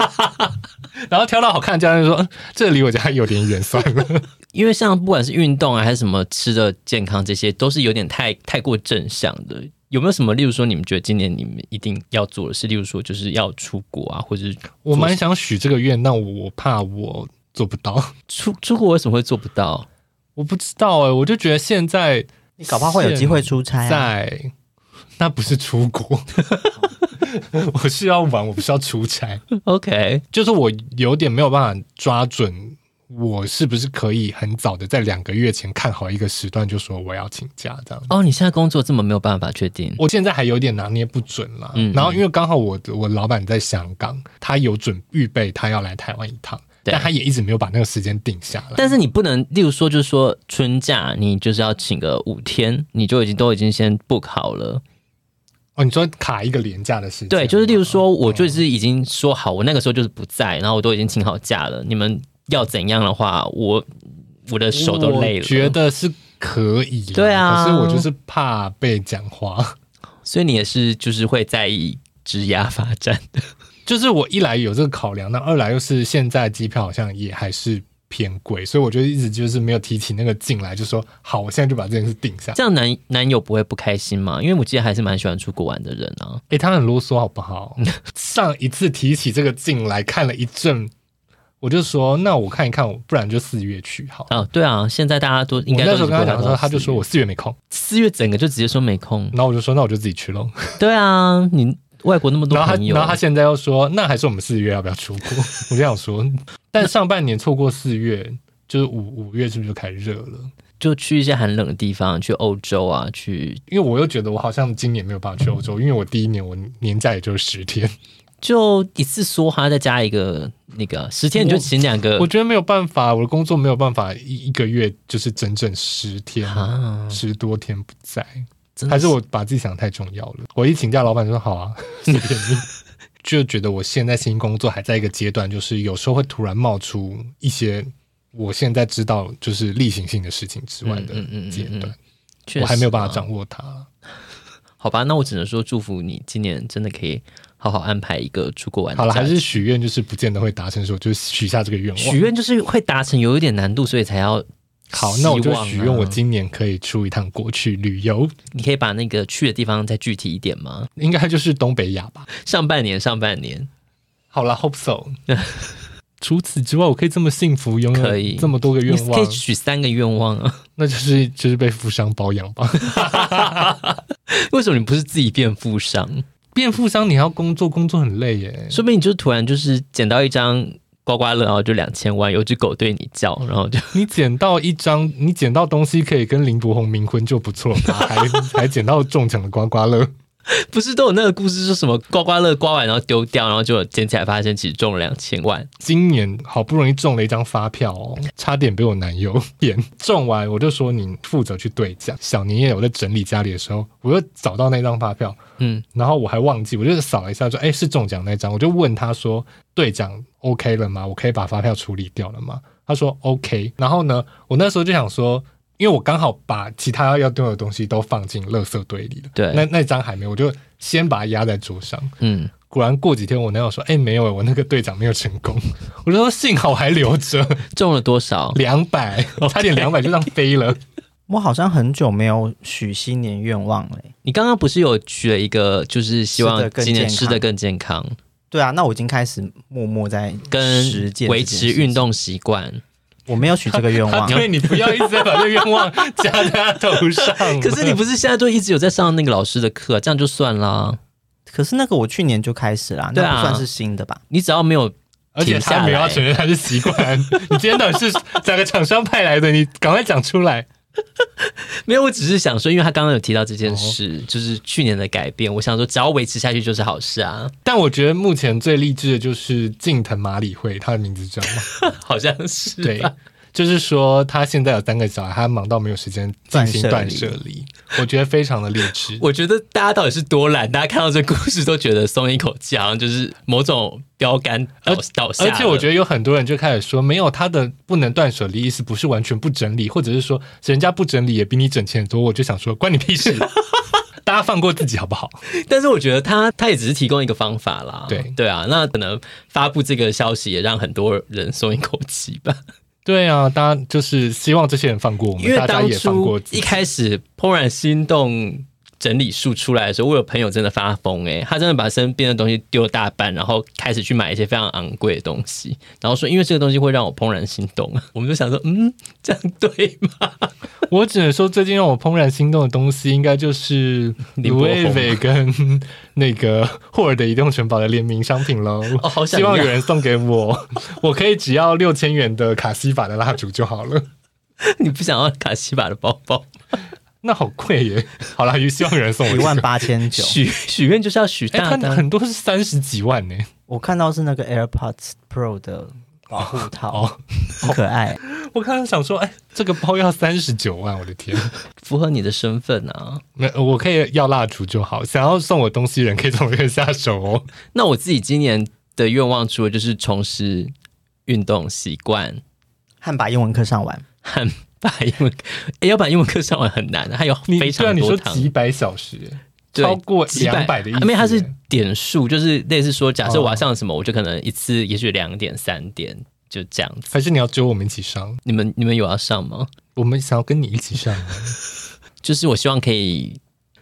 Speaker 2: 然后挑到好看的教练就说，嗯这离我家有点远，算了。
Speaker 1: 因为像不管是运动啊，还是什么吃的健康，这些都是有点太太过正向的。有没有什么，例如说，你们觉得今年你们一定要做的事，例如说，就是要出国啊，或者是
Speaker 2: 我蛮想许这个愿，但我怕我做不到，
Speaker 1: 出出国为什么会做不到？
Speaker 2: 我不知道哎、我就觉得现在
Speaker 3: 你搞不好会有机会出差、啊。
Speaker 2: 在。那不是出国，我是要玩，我不是要出差。
Speaker 1: OK，
Speaker 2: 就是我有点没有办法抓准，我是不是可以很早的在两个月前看好一个时段就说我要请假这样。
Speaker 1: 哦，你现在工作这么没有办法确定，
Speaker 2: 我现在还有点拿捏不准啦，
Speaker 1: 嗯
Speaker 2: 然后因为刚好我我老板在香港，他有准预备他要来台湾一趟，
Speaker 1: 对
Speaker 2: 但他也一直没有把那个时间定下来。
Speaker 1: 但是你不能，例如说，就是说春假你就是要请个五天，你就已经都已经先 book 好了。
Speaker 2: 哦，你说卡一个廉价的时间？
Speaker 1: 对，就是例如说，
Speaker 2: 哦
Speaker 1: 我就是已经说好，我那个时候就是不在，然后我都已经请好假了。你们要怎样的话，我我的手都累了。
Speaker 2: 我觉，得是可以啦，
Speaker 1: 对啊
Speaker 2: 可是我就是怕被讲话。
Speaker 1: 所以你也是就是会在意职涯发 展的。
Speaker 2: 就是我一来有这个考量，那二来又是现在机票好像也还是偏贵，所以我就一直就是没有提起那个进来，就说好，我现在就把这件事定下。
Speaker 1: 这样男男友不会不开心吗？因为我记得还是蛮喜欢出国玩的人啊。
Speaker 2: 诶，他很啰嗦好不好？
Speaker 1: 嗯
Speaker 2: 上一次提起这个进来看了一阵，我就说那我看一看，我不然就四月去好了。
Speaker 1: 啊，对啊，现在大家都应
Speaker 2: 我
Speaker 1: 该
Speaker 2: 那
Speaker 1: 都
Speaker 2: 时
Speaker 1: 是
Speaker 2: 候跟他讲
Speaker 1: 规划
Speaker 2: 说，
Speaker 1: 到
Speaker 2: 他就
Speaker 1: 四
Speaker 2: 说
Speaker 1: 月
Speaker 2: 我四月没空，
Speaker 1: 四月整个就直接说没空。
Speaker 2: 然后我就说那我就自己去喽。
Speaker 1: 对啊，你外国那么多
Speaker 2: 然后他
Speaker 1: 朋友，
Speaker 2: 然后他现在又说那还是我们四月要不要出国？ 我就想说，但上半年错过四月，就是五五月是不是就开始热了？
Speaker 1: 就去一些寒冷的地方，去欧洲啊，去
Speaker 2: 因为我又觉得我好像今年没有办法去欧洲，因为我第一年我年假也就十天，
Speaker 1: 就一次梭哈，再加一个那个十天，你就请两个
Speaker 2: 我觉得没有办法，我的工作没有办法一一个月就是整整十天、
Speaker 1: 啊，
Speaker 2: 十多天不在，
Speaker 1: 真的
Speaker 2: 还是我把自己想太重要了。我一请假，老板就说好 啊，随便你。就觉得我现在新工作还在一个阶段，就是有时候会突然冒出一些我现在知道就是例行性的事情之外的
Speaker 1: 嗯嗯嗯嗯嗯
Speaker 2: 阶段，
Speaker 1: 确实
Speaker 2: 我还没有办法
Speaker 1: 啊
Speaker 2: 掌握它。
Speaker 1: 好吧，那我只能说祝福你，今年真的可以好好安排一个出国玩的
Speaker 2: 好了，
Speaker 1: 假
Speaker 2: 还
Speaker 1: 期。
Speaker 2: 是许愿，就是不见得会达成，说就是许下这个愿望。
Speaker 1: 许愿就是会达成，有一点难度，所以才要、
Speaker 2: 好，那我就
Speaker 1: 希望啊
Speaker 2: 许愿，我今年可以出一趟国去旅游，
Speaker 1: 你可以把那个去的地方再具体一点吗？
Speaker 2: 应该就是东北亚吧。
Speaker 1: 上半年，上半年，
Speaker 2: 好啦 h o p e so。除此之外，我可以这么幸福，拥
Speaker 1: 可以
Speaker 2: 有这么多个
Speaker 1: 你
Speaker 2: 愿
Speaker 1: 可以
Speaker 2: 望，
Speaker 1: 许三个愿望啊。
Speaker 2: 那就是就是被富商包养 吧。
Speaker 1: 为什么你不是自己变富 商？
Speaker 2: 变富商，你还要工作，工作很累 耶。
Speaker 1: 说不定你就突然就是捡到一张刮刮乐，然后就两千万，有只狗对你叫，然后就
Speaker 2: 你捡到一张，你捡到东西可以跟林柏宏冥婚就不错了，还 还捡到中奖的刮刮乐。
Speaker 1: 不是都有那个故事，说什么刮刮乐刮完然后丢掉，然后就捡起来发现其实中了两千万。
Speaker 2: 今年好不容易中了一张发票哦，差点被我男友 骗。中完我就说你负责去兑奖。小年夜我在整理家里的时候，我又找到那张发票，
Speaker 1: 嗯，
Speaker 2: 然后我还忘记，我就扫了一下说，哎，是中奖那张。我就问他说，兑奖 OK 了吗？我可以把发票处理掉了吗？他说 OK。然后呢，我那时候就想说。因为我刚好把其他要丢的东西都放进垃圾堆里了，
Speaker 1: 对
Speaker 2: 那那张还没有，我就先把它压在桌上，
Speaker 1: 嗯，
Speaker 2: 果然过几天，我男友说：“哎、没有，我那个队长没有成功。” 我就说：“幸好我还留着
Speaker 1: 中了多少？
Speaker 2: 两 百差点两百就这样飞了。
Speaker 3: 我好像很久没有许新年愿望欸嘞、
Speaker 1: 你刚刚不是有取了一个，就是希
Speaker 3: 吃
Speaker 1: 望
Speaker 3: 得更
Speaker 1: 今年
Speaker 3: 健
Speaker 1: 吃的
Speaker 3: 康
Speaker 1: 更健康，
Speaker 3: 对啊，那我已经开始默默在
Speaker 1: 跟
Speaker 3: 实践这
Speaker 1: 维
Speaker 3: 件事
Speaker 1: 持
Speaker 3: 情
Speaker 1: 运。动习惯。
Speaker 3: 我没有许这个愿
Speaker 2: 啊
Speaker 3: 望，
Speaker 2: 对你不要一直在把这个愿望 加在他头上。
Speaker 1: 可是你不是现在就一直有在上那个老师的课，这样就算啊啦。
Speaker 3: 可是那个我去年就开始啦，
Speaker 1: 对
Speaker 3: 那
Speaker 1: 啊
Speaker 3: 不算是新的吧？
Speaker 1: 你只要没有
Speaker 2: 而且他没有要承认他是习惯。你今天到底是哪个厂商派来的？你赶快讲出来。
Speaker 1: 没有，我只是想说，因为他刚刚有提到这件事，就是去年的改变，我想说只要维持下去就是好事啊，
Speaker 2: 但我觉得目前最励志的就是近藤麻里惠，她的名字知道吗？
Speaker 1: 好像 是
Speaker 2: 对
Speaker 1: 吧，
Speaker 2: 就是说她现在有三个小孩，她忙到没有时间进行
Speaker 3: 断
Speaker 2: 断
Speaker 3: 舍
Speaker 2: 舍
Speaker 3: 离
Speaker 2: 离。我觉得非常的励志。
Speaker 1: 我觉得大家到底是多懒，大家看到这故事都觉得松一口气，好像就是某种标杆倒倒下
Speaker 2: 而
Speaker 1: 了。
Speaker 2: 且我觉得有很多人就开始说，没有他的不能断舍离，意思不是完全不整理，或者是说人家不整理也比你整钱多。我就想说，关你 屁事，大家放过自己好不好？
Speaker 1: 但是我觉得他他也只是提供一个方法啦，
Speaker 2: 对
Speaker 1: 对啊，那可能发布这个消息也让很多人松一口气吧，
Speaker 2: 对啊，大家就是希望这些人放过我
Speaker 1: 因
Speaker 2: 们，
Speaker 1: 为
Speaker 2: 大家
Speaker 1: 当
Speaker 2: 也放过
Speaker 1: 初
Speaker 2: 自
Speaker 1: 一
Speaker 2: 己。
Speaker 1: 开始怦然心动整理术出来的时候，我有朋友真的发疯诶、他真的把身边的东西丢了大半，然后开始去买一些非常昂贵的东西，然后说因为这个东西会让我怦然心动，我们就想说嗯，这样对吗？
Speaker 2: 我只能说，最近让我怦然心动的东西，应该就是
Speaker 1: 林
Speaker 2: 卢
Speaker 1: 柏
Speaker 2: 伟
Speaker 1: 宏
Speaker 2: 伟跟那个霍尔的移动城堡的联名商品喽。
Speaker 1: 哦好想
Speaker 2: 希望
Speaker 1: 要
Speaker 2: 有人送给我， 我可以只要六千元的卡西法的蜡烛就好了。
Speaker 1: 你不想要卡西法的包包？
Speaker 2: 那好贵耶！好啦，希望有人送我
Speaker 3: 一
Speaker 2: 个
Speaker 3: 万。八千 九。
Speaker 1: 许许愿就是要许
Speaker 2: 哎、
Speaker 1: 大
Speaker 2: 它
Speaker 1: 的啊，
Speaker 2: 很多是三十几万呢。
Speaker 3: 我看到是那个 AirPods Pro 的保护套
Speaker 2: 哦，
Speaker 3: 很可爱。
Speaker 2: 我刚刚想说，哎、这个包要三十九万，我的天！
Speaker 1: 符合你的身份啊。
Speaker 2: 没，我可以要蜡烛就好。想要送我东西的人可以从这个下手哦。
Speaker 1: 那我自己今年的愿望，除了就是重拾运动习惯
Speaker 3: 汉把英文课上完，
Speaker 1: 和把英文， 哎诶要把英文课上完很难，还有
Speaker 2: 你
Speaker 1: 非
Speaker 2: 对啊
Speaker 1: 常
Speaker 2: 你
Speaker 1: 多
Speaker 2: 说
Speaker 1: 堂。
Speaker 2: 几百小时，
Speaker 1: 对
Speaker 2: 超过
Speaker 1: 几啊
Speaker 2: 两百的意思，哦
Speaker 1: 因为它是点数，就是类似说，假设我要上什么，我就可能一次，也许两点、三点，就这样子。
Speaker 2: 还是你要揪我们一起上？
Speaker 1: 你们你们有要上吗？
Speaker 2: 我们想要跟你一起上啊，
Speaker 1: 就是我希望可以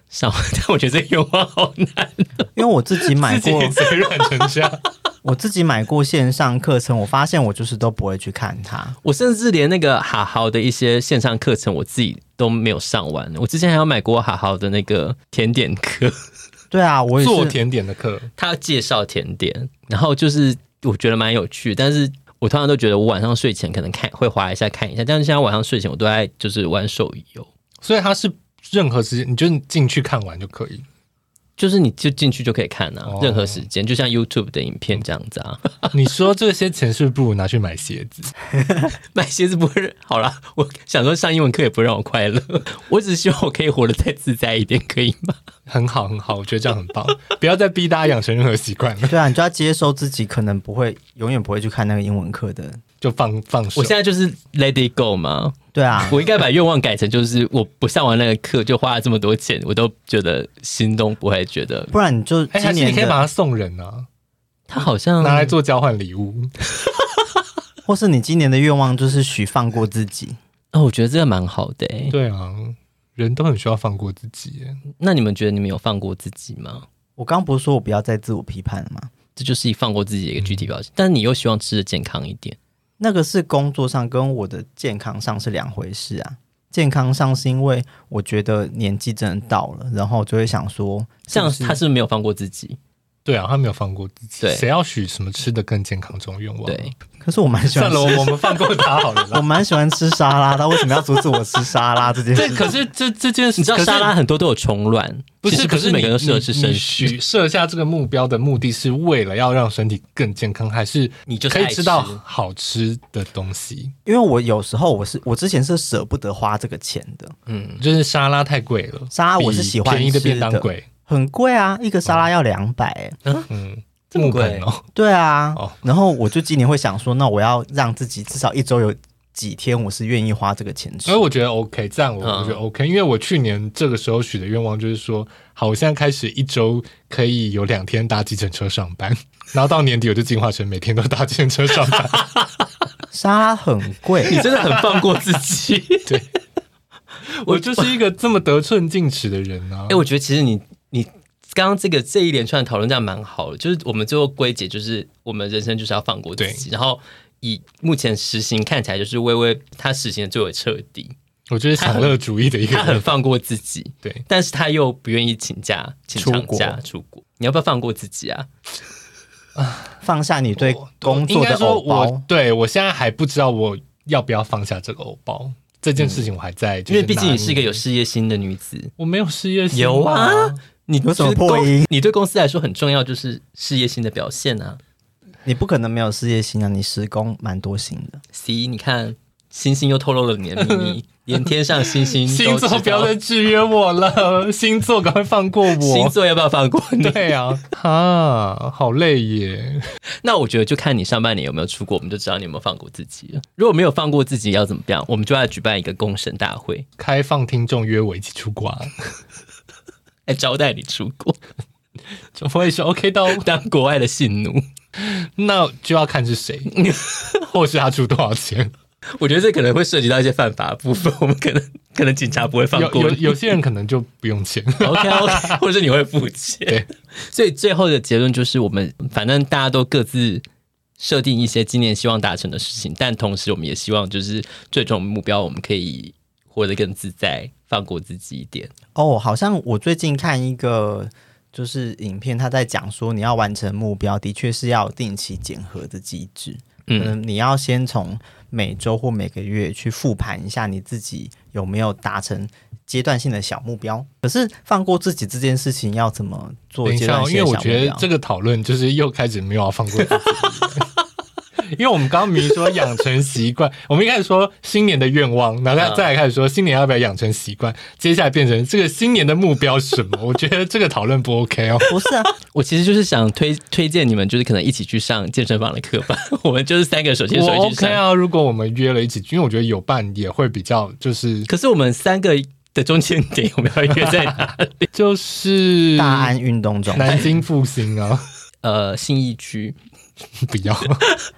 Speaker 1: 上， 但我觉得这个愿望好难。
Speaker 3: 因为我自己买
Speaker 2: 自己
Speaker 3: 过，
Speaker 2: 给嘴软成这样。
Speaker 3: 我自己买过线上课程，我发现我就是都不会去看它。
Speaker 1: 我甚至连那个好好的一些线上课程，我自己都没有上完。我之前还有买过好好的那个甜点课，
Speaker 3: 对啊，我也
Speaker 2: 做
Speaker 3: 是。
Speaker 2: 甜点的课，
Speaker 1: 他要介绍甜点，然后就是我觉得蛮有趣，但是我通常都觉得我晚上睡前可能看会划一下看一下，但是现在晚上睡前我都在就是玩手游，
Speaker 2: 所以它是任何时间你就进去看完就可以。
Speaker 1: 就是你就进去就可以看啊，
Speaker 2: 哦
Speaker 1: 任何时间，就像 YouTube 的影片这样子啊。
Speaker 2: 你说这些钱是不是不如拿去买鞋子？
Speaker 1: 买鞋子不会好啦，我想说上英文课也不会让我快乐，我只希望我可以活得再自在一点，可以吗？
Speaker 2: 很好，很好，我觉得这样很棒。不要再逼大家养成任何习惯了，
Speaker 3: 对啊，你就要接受自己可能不会，永远不会去看那个英文课的。
Speaker 2: 就放放手
Speaker 1: 我。现在就是 Let it go 嘛，
Speaker 3: 对啊，
Speaker 1: 我应该把愿望改成就是我不上完那个课就花了这么多钱，我都觉得心动不会觉得
Speaker 3: 不然你就
Speaker 2: 哎，
Speaker 3: 今
Speaker 2: 还是你
Speaker 3: 年
Speaker 2: 可以
Speaker 3: 的，
Speaker 2: 把它送人啊，
Speaker 1: 他好像
Speaker 2: 拿来做交换礼物。
Speaker 3: 或是你今年的愿望就是许放过自己。
Speaker 1: 哦，我觉得这个蛮好的欸诶。
Speaker 2: 对啊，人都很需要放过自己耶。
Speaker 1: 那你们觉得你们有放过自己吗？
Speaker 3: 我刚不是说我不要再自我批判了吗？
Speaker 1: 这就是放过自己的一个具体表现，但你又希望吃的健康一点。
Speaker 3: 那个是工作上跟我的健康上是两回事啊。健康上是因为我觉得年纪真的到了，然后就会想说，
Speaker 1: 这样
Speaker 3: 是不
Speaker 1: 他
Speaker 3: 是
Speaker 1: 是不是没有放过自己，
Speaker 2: 对啊，他没有放过自己
Speaker 1: 对。
Speaker 2: 谁要许什么吃的更健康这种愿望？
Speaker 1: 对，
Speaker 3: 可是我蛮喜欢
Speaker 2: 算
Speaker 3: 吃
Speaker 2: 了，，我们放过他好了
Speaker 3: 我
Speaker 2: 啦。
Speaker 3: 蛮喜欢吃沙拉的，为什么要阻止我吃沙拉这件
Speaker 2: 对，
Speaker 3: 事？
Speaker 2: 可是这这件事，
Speaker 1: 你知道
Speaker 2: 可是
Speaker 1: 沙拉很多都有虫卵，
Speaker 2: 不
Speaker 1: 其
Speaker 2: 是，
Speaker 1: 实
Speaker 2: 可
Speaker 1: 不
Speaker 2: 是
Speaker 1: 是每个人都适合
Speaker 2: 是
Speaker 1: 吃生食，
Speaker 2: 许设下这个目标的目的是为了要让身体更健康，还是
Speaker 1: 你就是
Speaker 2: 可以
Speaker 1: 爱
Speaker 2: 吃到
Speaker 1: 吃
Speaker 2: 好吃的东西？
Speaker 3: 因为我有时候我是我之前是舍不得花这个钱的，
Speaker 1: 嗯
Speaker 2: 就是沙拉太贵了，
Speaker 3: 沙拉我是
Speaker 2: 比
Speaker 3: 喜欢
Speaker 2: 便宜的
Speaker 3: 吃
Speaker 2: 便当
Speaker 3: 的
Speaker 2: 贵，
Speaker 3: 很贵啊，一个沙拉要两百、欸，
Speaker 2: 嗯，
Speaker 1: 哦这么
Speaker 2: 木
Speaker 1: 贵
Speaker 2: 盆哦，
Speaker 3: 对啊。
Speaker 2: 哦
Speaker 3: 然后我就今年会想说，那我要让自己至少一周有几天我是愿意花这个钱吃
Speaker 2: 所以。我觉得 OK，这样我
Speaker 1: 嗯
Speaker 2: 我觉得 OK，因为我去年这个时候许的愿望就是说，好，我现在开始一周可以有两天搭计程车上班，然后到年底我就进化成每天都搭计程车上 班。
Speaker 3: 沙拉很
Speaker 1: 你
Speaker 3: 贵，
Speaker 1: 真的很放过自己。
Speaker 2: 对，我就是一个这么得寸进尺的人啊
Speaker 1: 哎、。我觉得其实你你刚刚这个这一连串的讨论这样蛮好的，就是我们最后归结就是我们人生就是要放过自己，然后以目前实行看起来就是微微他实行的最为彻底，
Speaker 2: 我就是享乐主义的一个
Speaker 1: 他很
Speaker 2: 人，
Speaker 1: 放过自己，
Speaker 2: 对，
Speaker 1: 但是他又不愿意请假请长
Speaker 3: 出
Speaker 1: 假
Speaker 3: 国
Speaker 1: 出国，你要不要放过自己啊？
Speaker 3: 放下你对工
Speaker 2: 应
Speaker 3: 作
Speaker 2: 该
Speaker 3: 的
Speaker 2: 说
Speaker 3: 偶
Speaker 2: 我
Speaker 3: 包。
Speaker 2: 对我现在还不知道我要不要放下这个欧包这件事情，我还在，
Speaker 1: 嗯
Speaker 2: 就
Speaker 1: 因为毕竟你是一个
Speaker 2: 拿捏
Speaker 1: 有事业心的女子，
Speaker 2: 我没有事业心
Speaker 1: 有啊
Speaker 2: 吧
Speaker 1: 你
Speaker 3: 有什
Speaker 1: 就
Speaker 3: 么
Speaker 1: 是公
Speaker 3: 破音？
Speaker 1: 你对公司来说很重要，就是事业心的表现啊。
Speaker 3: 你不可能没有事业心啊，你时工蛮多心的。
Speaker 1: C，你看星星又透露了你的秘 密，连天上星星
Speaker 2: 星
Speaker 1: 都知
Speaker 2: 座
Speaker 1: 道
Speaker 2: 不要再制约我了， 星座赶快放过
Speaker 1: 星
Speaker 2: 我。
Speaker 1: 座要不要放过你？
Speaker 2: 对啊，啊，好累耶！
Speaker 1: 那我觉得就看你上半年有没有出国，我们就知道你有没有放过自己了。如果没有放过自己，要怎么样？我们就要举办一个公审大会，
Speaker 2: 开放听众约我一起出国、 啊，
Speaker 1: 来哎招待你出国，
Speaker 2: 我也是 OK 的、哦。
Speaker 1: 当国外的性奴。
Speaker 2: 那就要看是 谁，或是他出多少钱。
Speaker 1: 我觉得这可能会涉及到一些犯法的部分，我们可能可能警察不会放
Speaker 2: 有
Speaker 1: 过
Speaker 2: 有
Speaker 1: 你。
Speaker 2: 有些人可能就不用 钱。
Speaker 1: OK OK，或者是你会付钱
Speaker 2: 对。
Speaker 1: 所以最后的结论就是，我们反正大家都各自设定一些今年希望达成的事情，但同时我们也希望就是最终目标，我们可以活得更自在，放过自己一点。
Speaker 3: 哦，好像我最近看一个就是影片，他在讲说你要完成目标，的确是要有定期检核的机制。
Speaker 1: 嗯
Speaker 3: 嗯，你要先从每周或每个月去复盘一下你自己有没有达成阶段性的小目标。可是放过自己这件事情要怎么做
Speaker 2: 等一
Speaker 3: 阶
Speaker 2: 下
Speaker 3: 段
Speaker 2: 哦，因
Speaker 3: 性
Speaker 2: 为
Speaker 3: 的
Speaker 2: 我
Speaker 3: 小目
Speaker 2: 觉得
Speaker 3: 标？
Speaker 2: 这个讨论就是又开始没有要放过自己。 因为我们刚刚明明说养成习惯，我们一开始说新年的愿望，然后
Speaker 1: 嗯
Speaker 2: 再来开始说新年要不要养成习惯，接下来变成这个新年的目标是什么？我觉得这个讨论不 OK 哦。
Speaker 3: 不是啊，
Speaker 1: 我其实就是想推推荐你们，就是可能一起去上健身房的课吧。 我们就是三个手牵
Speaker 2: 我
Speaker 1: 手一起去
Speaker 2: OK
Speaker 1: 上。
Speaker 2: 啊，如果我们约了一起，因为我觉得有伴也会比较，就是
Speaker 1: 可是我们三个的中间点，我们要约在 哪？
Speaker 2: 就是
Speaker 3: 大安运动中
Speaker 2: 南京复兴啊，
Speaker 1: 呃，信义区，
Speaker 2: 不要。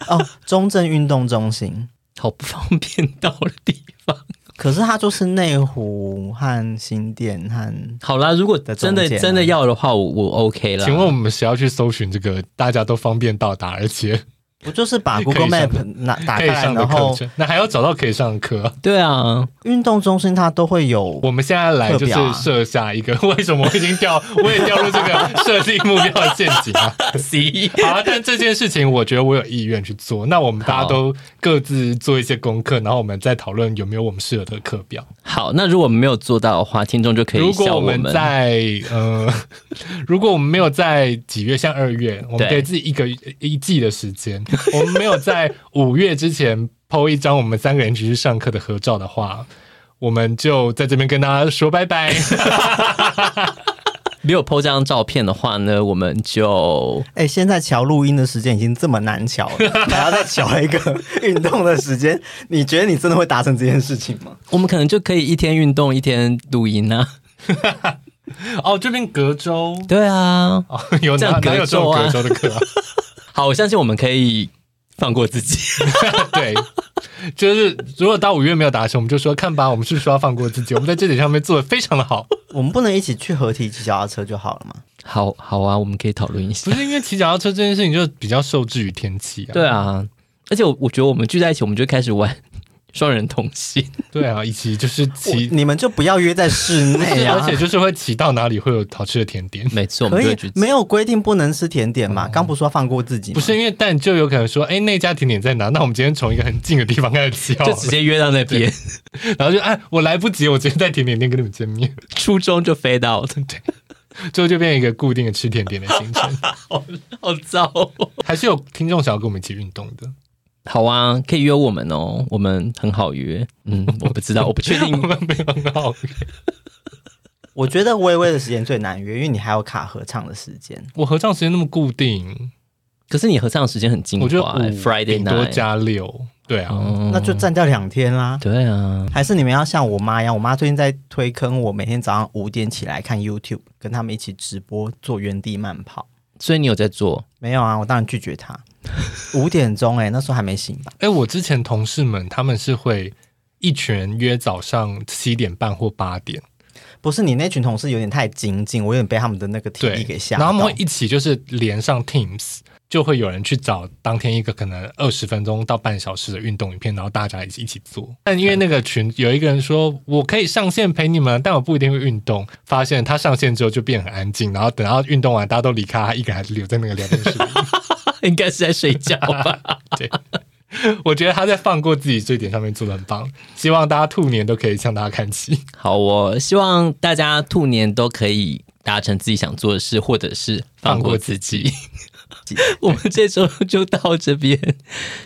Speaker 3: 哦，中正运动中心。
Speaker 1: 好不方便到的地方。
Speaker 3: 可是它就是内湖和新店和
Speaker 1: 好啦，如果
Speaker 3: 在
Speaker 1: 真的
Speaker 3: 中间啊
Speaker 1: 真的要的话，我我 OK 啦。
Speaker 2: 请问我们谁要去搜寻这个大家都方便到达，而且
Speaker 3: 不就是把 Google
Speaker 2: 可以上
Speaker 3: Map 拿
Speaker 2: 可
Speaker 3: 打开
Speaker 2: 以
Speaker 3: 来，
Speaker 2: 上的
Speaker 3: 然
Speaker 2: 课
Speaker 3: 后
Speaker 2: 程？那还要找到可以上的课啊。
Speaker 1: 对 啊，
Speaker 3: 运动中心它都会有
Speaker 2: 我们现在来就是
Speaker 3: 啊
Speaker 2: 设下一个，为什么我已经掉， 我也掉入这个设定目标的陷阱 啊！
Speaker 1: 行，
Speaker 2: 好啊，但这件事情我觉得我有意愿去做，那我们大家都各自做一些功课，然后我们再讨论有没有我们适合的课表。
Speaker 1: 好，那如果没有做到的话，听众就可以
Speaker 2: 如
Speaker 1: 笑
Speaker 2: 果我
Speaker 1: 们。
Speaker 2: 们在呃， 如果我们没有在几月，像二月，我们
Speaker 1: 对
Speaker 2: 给自己一个一季的时 间，我们没有在五月之前剖一张我们三个人一起去上课的合照的话，我们就在这边跟大家说拜拜。
Speaker 1: 没有 PO 这张照片的话呢，我们就
Speaker 3: 哎、现在瞧录音的时间已经这么难瞧 了，还要再瞧一个运动的时间，你觉得你真的会达成这件事情吗？
Speaker 1: 我们可能就可以一天运动，一天录音啊。
Speaker 2: 哦，这边隔周
Speaker 1: 对啊，
Speaker 2: 哦，有
Speaker 1: 这样
Speaker 2: 哪哪有
Speaker 1: 隔
Speaker 2: 这
Speaker 1: 周
Speaker 2: 种
Speaker 1: 啊
Speaker 2: 隔周的课、 啊？
Speaker 1: 好，我相信我们可以放过自己。
Speaker 2: 对。就是如果到五月没有达成，我们就说看吧，我们是不是要放过自己？我们在这点上面做的非常的好，
Speaker 3: 我们不能一起去合体骑脚踏车就好了吗？
Speaker 1: 好好啊，我们可以讨论一
Speaker 2: 不
Speaker 1: 下。
Speaker 2: 是因为骑脚踏车这件事情就比较受制于天气啊。
Speaker 1: 对啊，而且我我觉得我们聚在一起，我们就开始玩双人同行。
Speaker 2: 对啊，以及就是骑
Speaker 3: 我，你们就不要约在室内
Speaker 2: 而
Speaker 3: 啊
Speaker 2: 且，就是会骑到哪里会有好吃的甜点。
Speaker 1: 没错，我
Speaker 3: 可
Speaker 1: 们就
Speaker 3: 以
Speaker 1: 会去
Speaker 3: 没有规定不能吃甜点嘛？刚不是说放过自己吗？
Speaker 2: 哦不是因为，但就有可能说，哎、那家甜点在哪？那我们今天从一个很近的地方开始骑好
Speaker 1: 就
Speaker 2: 了，
Speaker 1: 直接约到那边，
Speaker 2: 然后就哎，我来不及，我直接在甜点店跟你们见面，
Speaker 1: 初中就飞到，
Speaker 2: 最后就变成一个固定的吃甜点的行程。
Speaker 1: 好糟、
Speaker 2: 还是有听众想要跟我们一起运动的，
Speaker 1: 好啊，可以约我们哦，我们很好约。嗯，我不知 道，我不确定
Speaker 2: 我。们没有很好。
Speaker 3: 我觉得微微的时间最难约，因为你还有卡合唱的时间。
Speaker 2: 我合唱时间那么固定，
Speaker 1: 可是你合唱的时间很精
Speaker 2: 我觉得
Speaker 1: 华、
Speaker 2: 五
Speaker 1: f r i d a y
Speaker 2: 顶多
Speaker 1: night。
Speaker 2: 加六，对啊，
Speaker 1: 嗯
Speaker 3: 那就占掉两天啦。
Speaker 1: 对啊，
Speaker 3: 还是你们要像我妈一样，我妈最近在推坑我，每天早上五点起来看 YouTube，跟他们一起直播做原地慢跑。
Speaker 1: 所以你有在做
Speaker 3: 没有啊，我当然拒绝 他。五点钟哎、那时候还没醒吧？
Speaker 2: 哎、我之前同事们他们是会一群人约早上七点半或八点。
Speaker 3: 不是你那群同事有点太精进，我有点被他们的那个体
Speaker 2: 对，
Speaker 3: 力给吓
Speaker 2: 然后
Speaker 3: 到
Speaker 2: 他。们会一起就是连上 Teams，就会有人去找当天一个可能二十分钟到半小时的运动影片，然后大家一起一起做。但因为那个群有一个人说我可以上线陪你们，但我不一定会运动。发现他上线之后就变很安静，然后等到运动完大家都离开，他一个人还是留在那个聊天 室里。
Speaker 1: 应该是在睡觉吧？
Speaker 2: 对。我觉得他在放过自己这一点上面做的很棒，希望大家兔年都可以向大家看齐。
Speaker 1: 好哦，希望大家兔年都可以达成自己想做的事，或者是放过自己。 我们这周就到这边，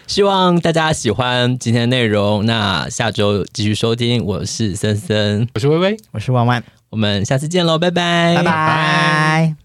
Speaker 1: 希望大家喜欢今天的内容。那下周继续收听，我是森森，
Speaker 2: 我是微微。
Speaker 3: 我是万万，
Speaker 2: 哎
Speaker 1: 我们下次见喽，拜拜，
Speaker 3: 拜拜。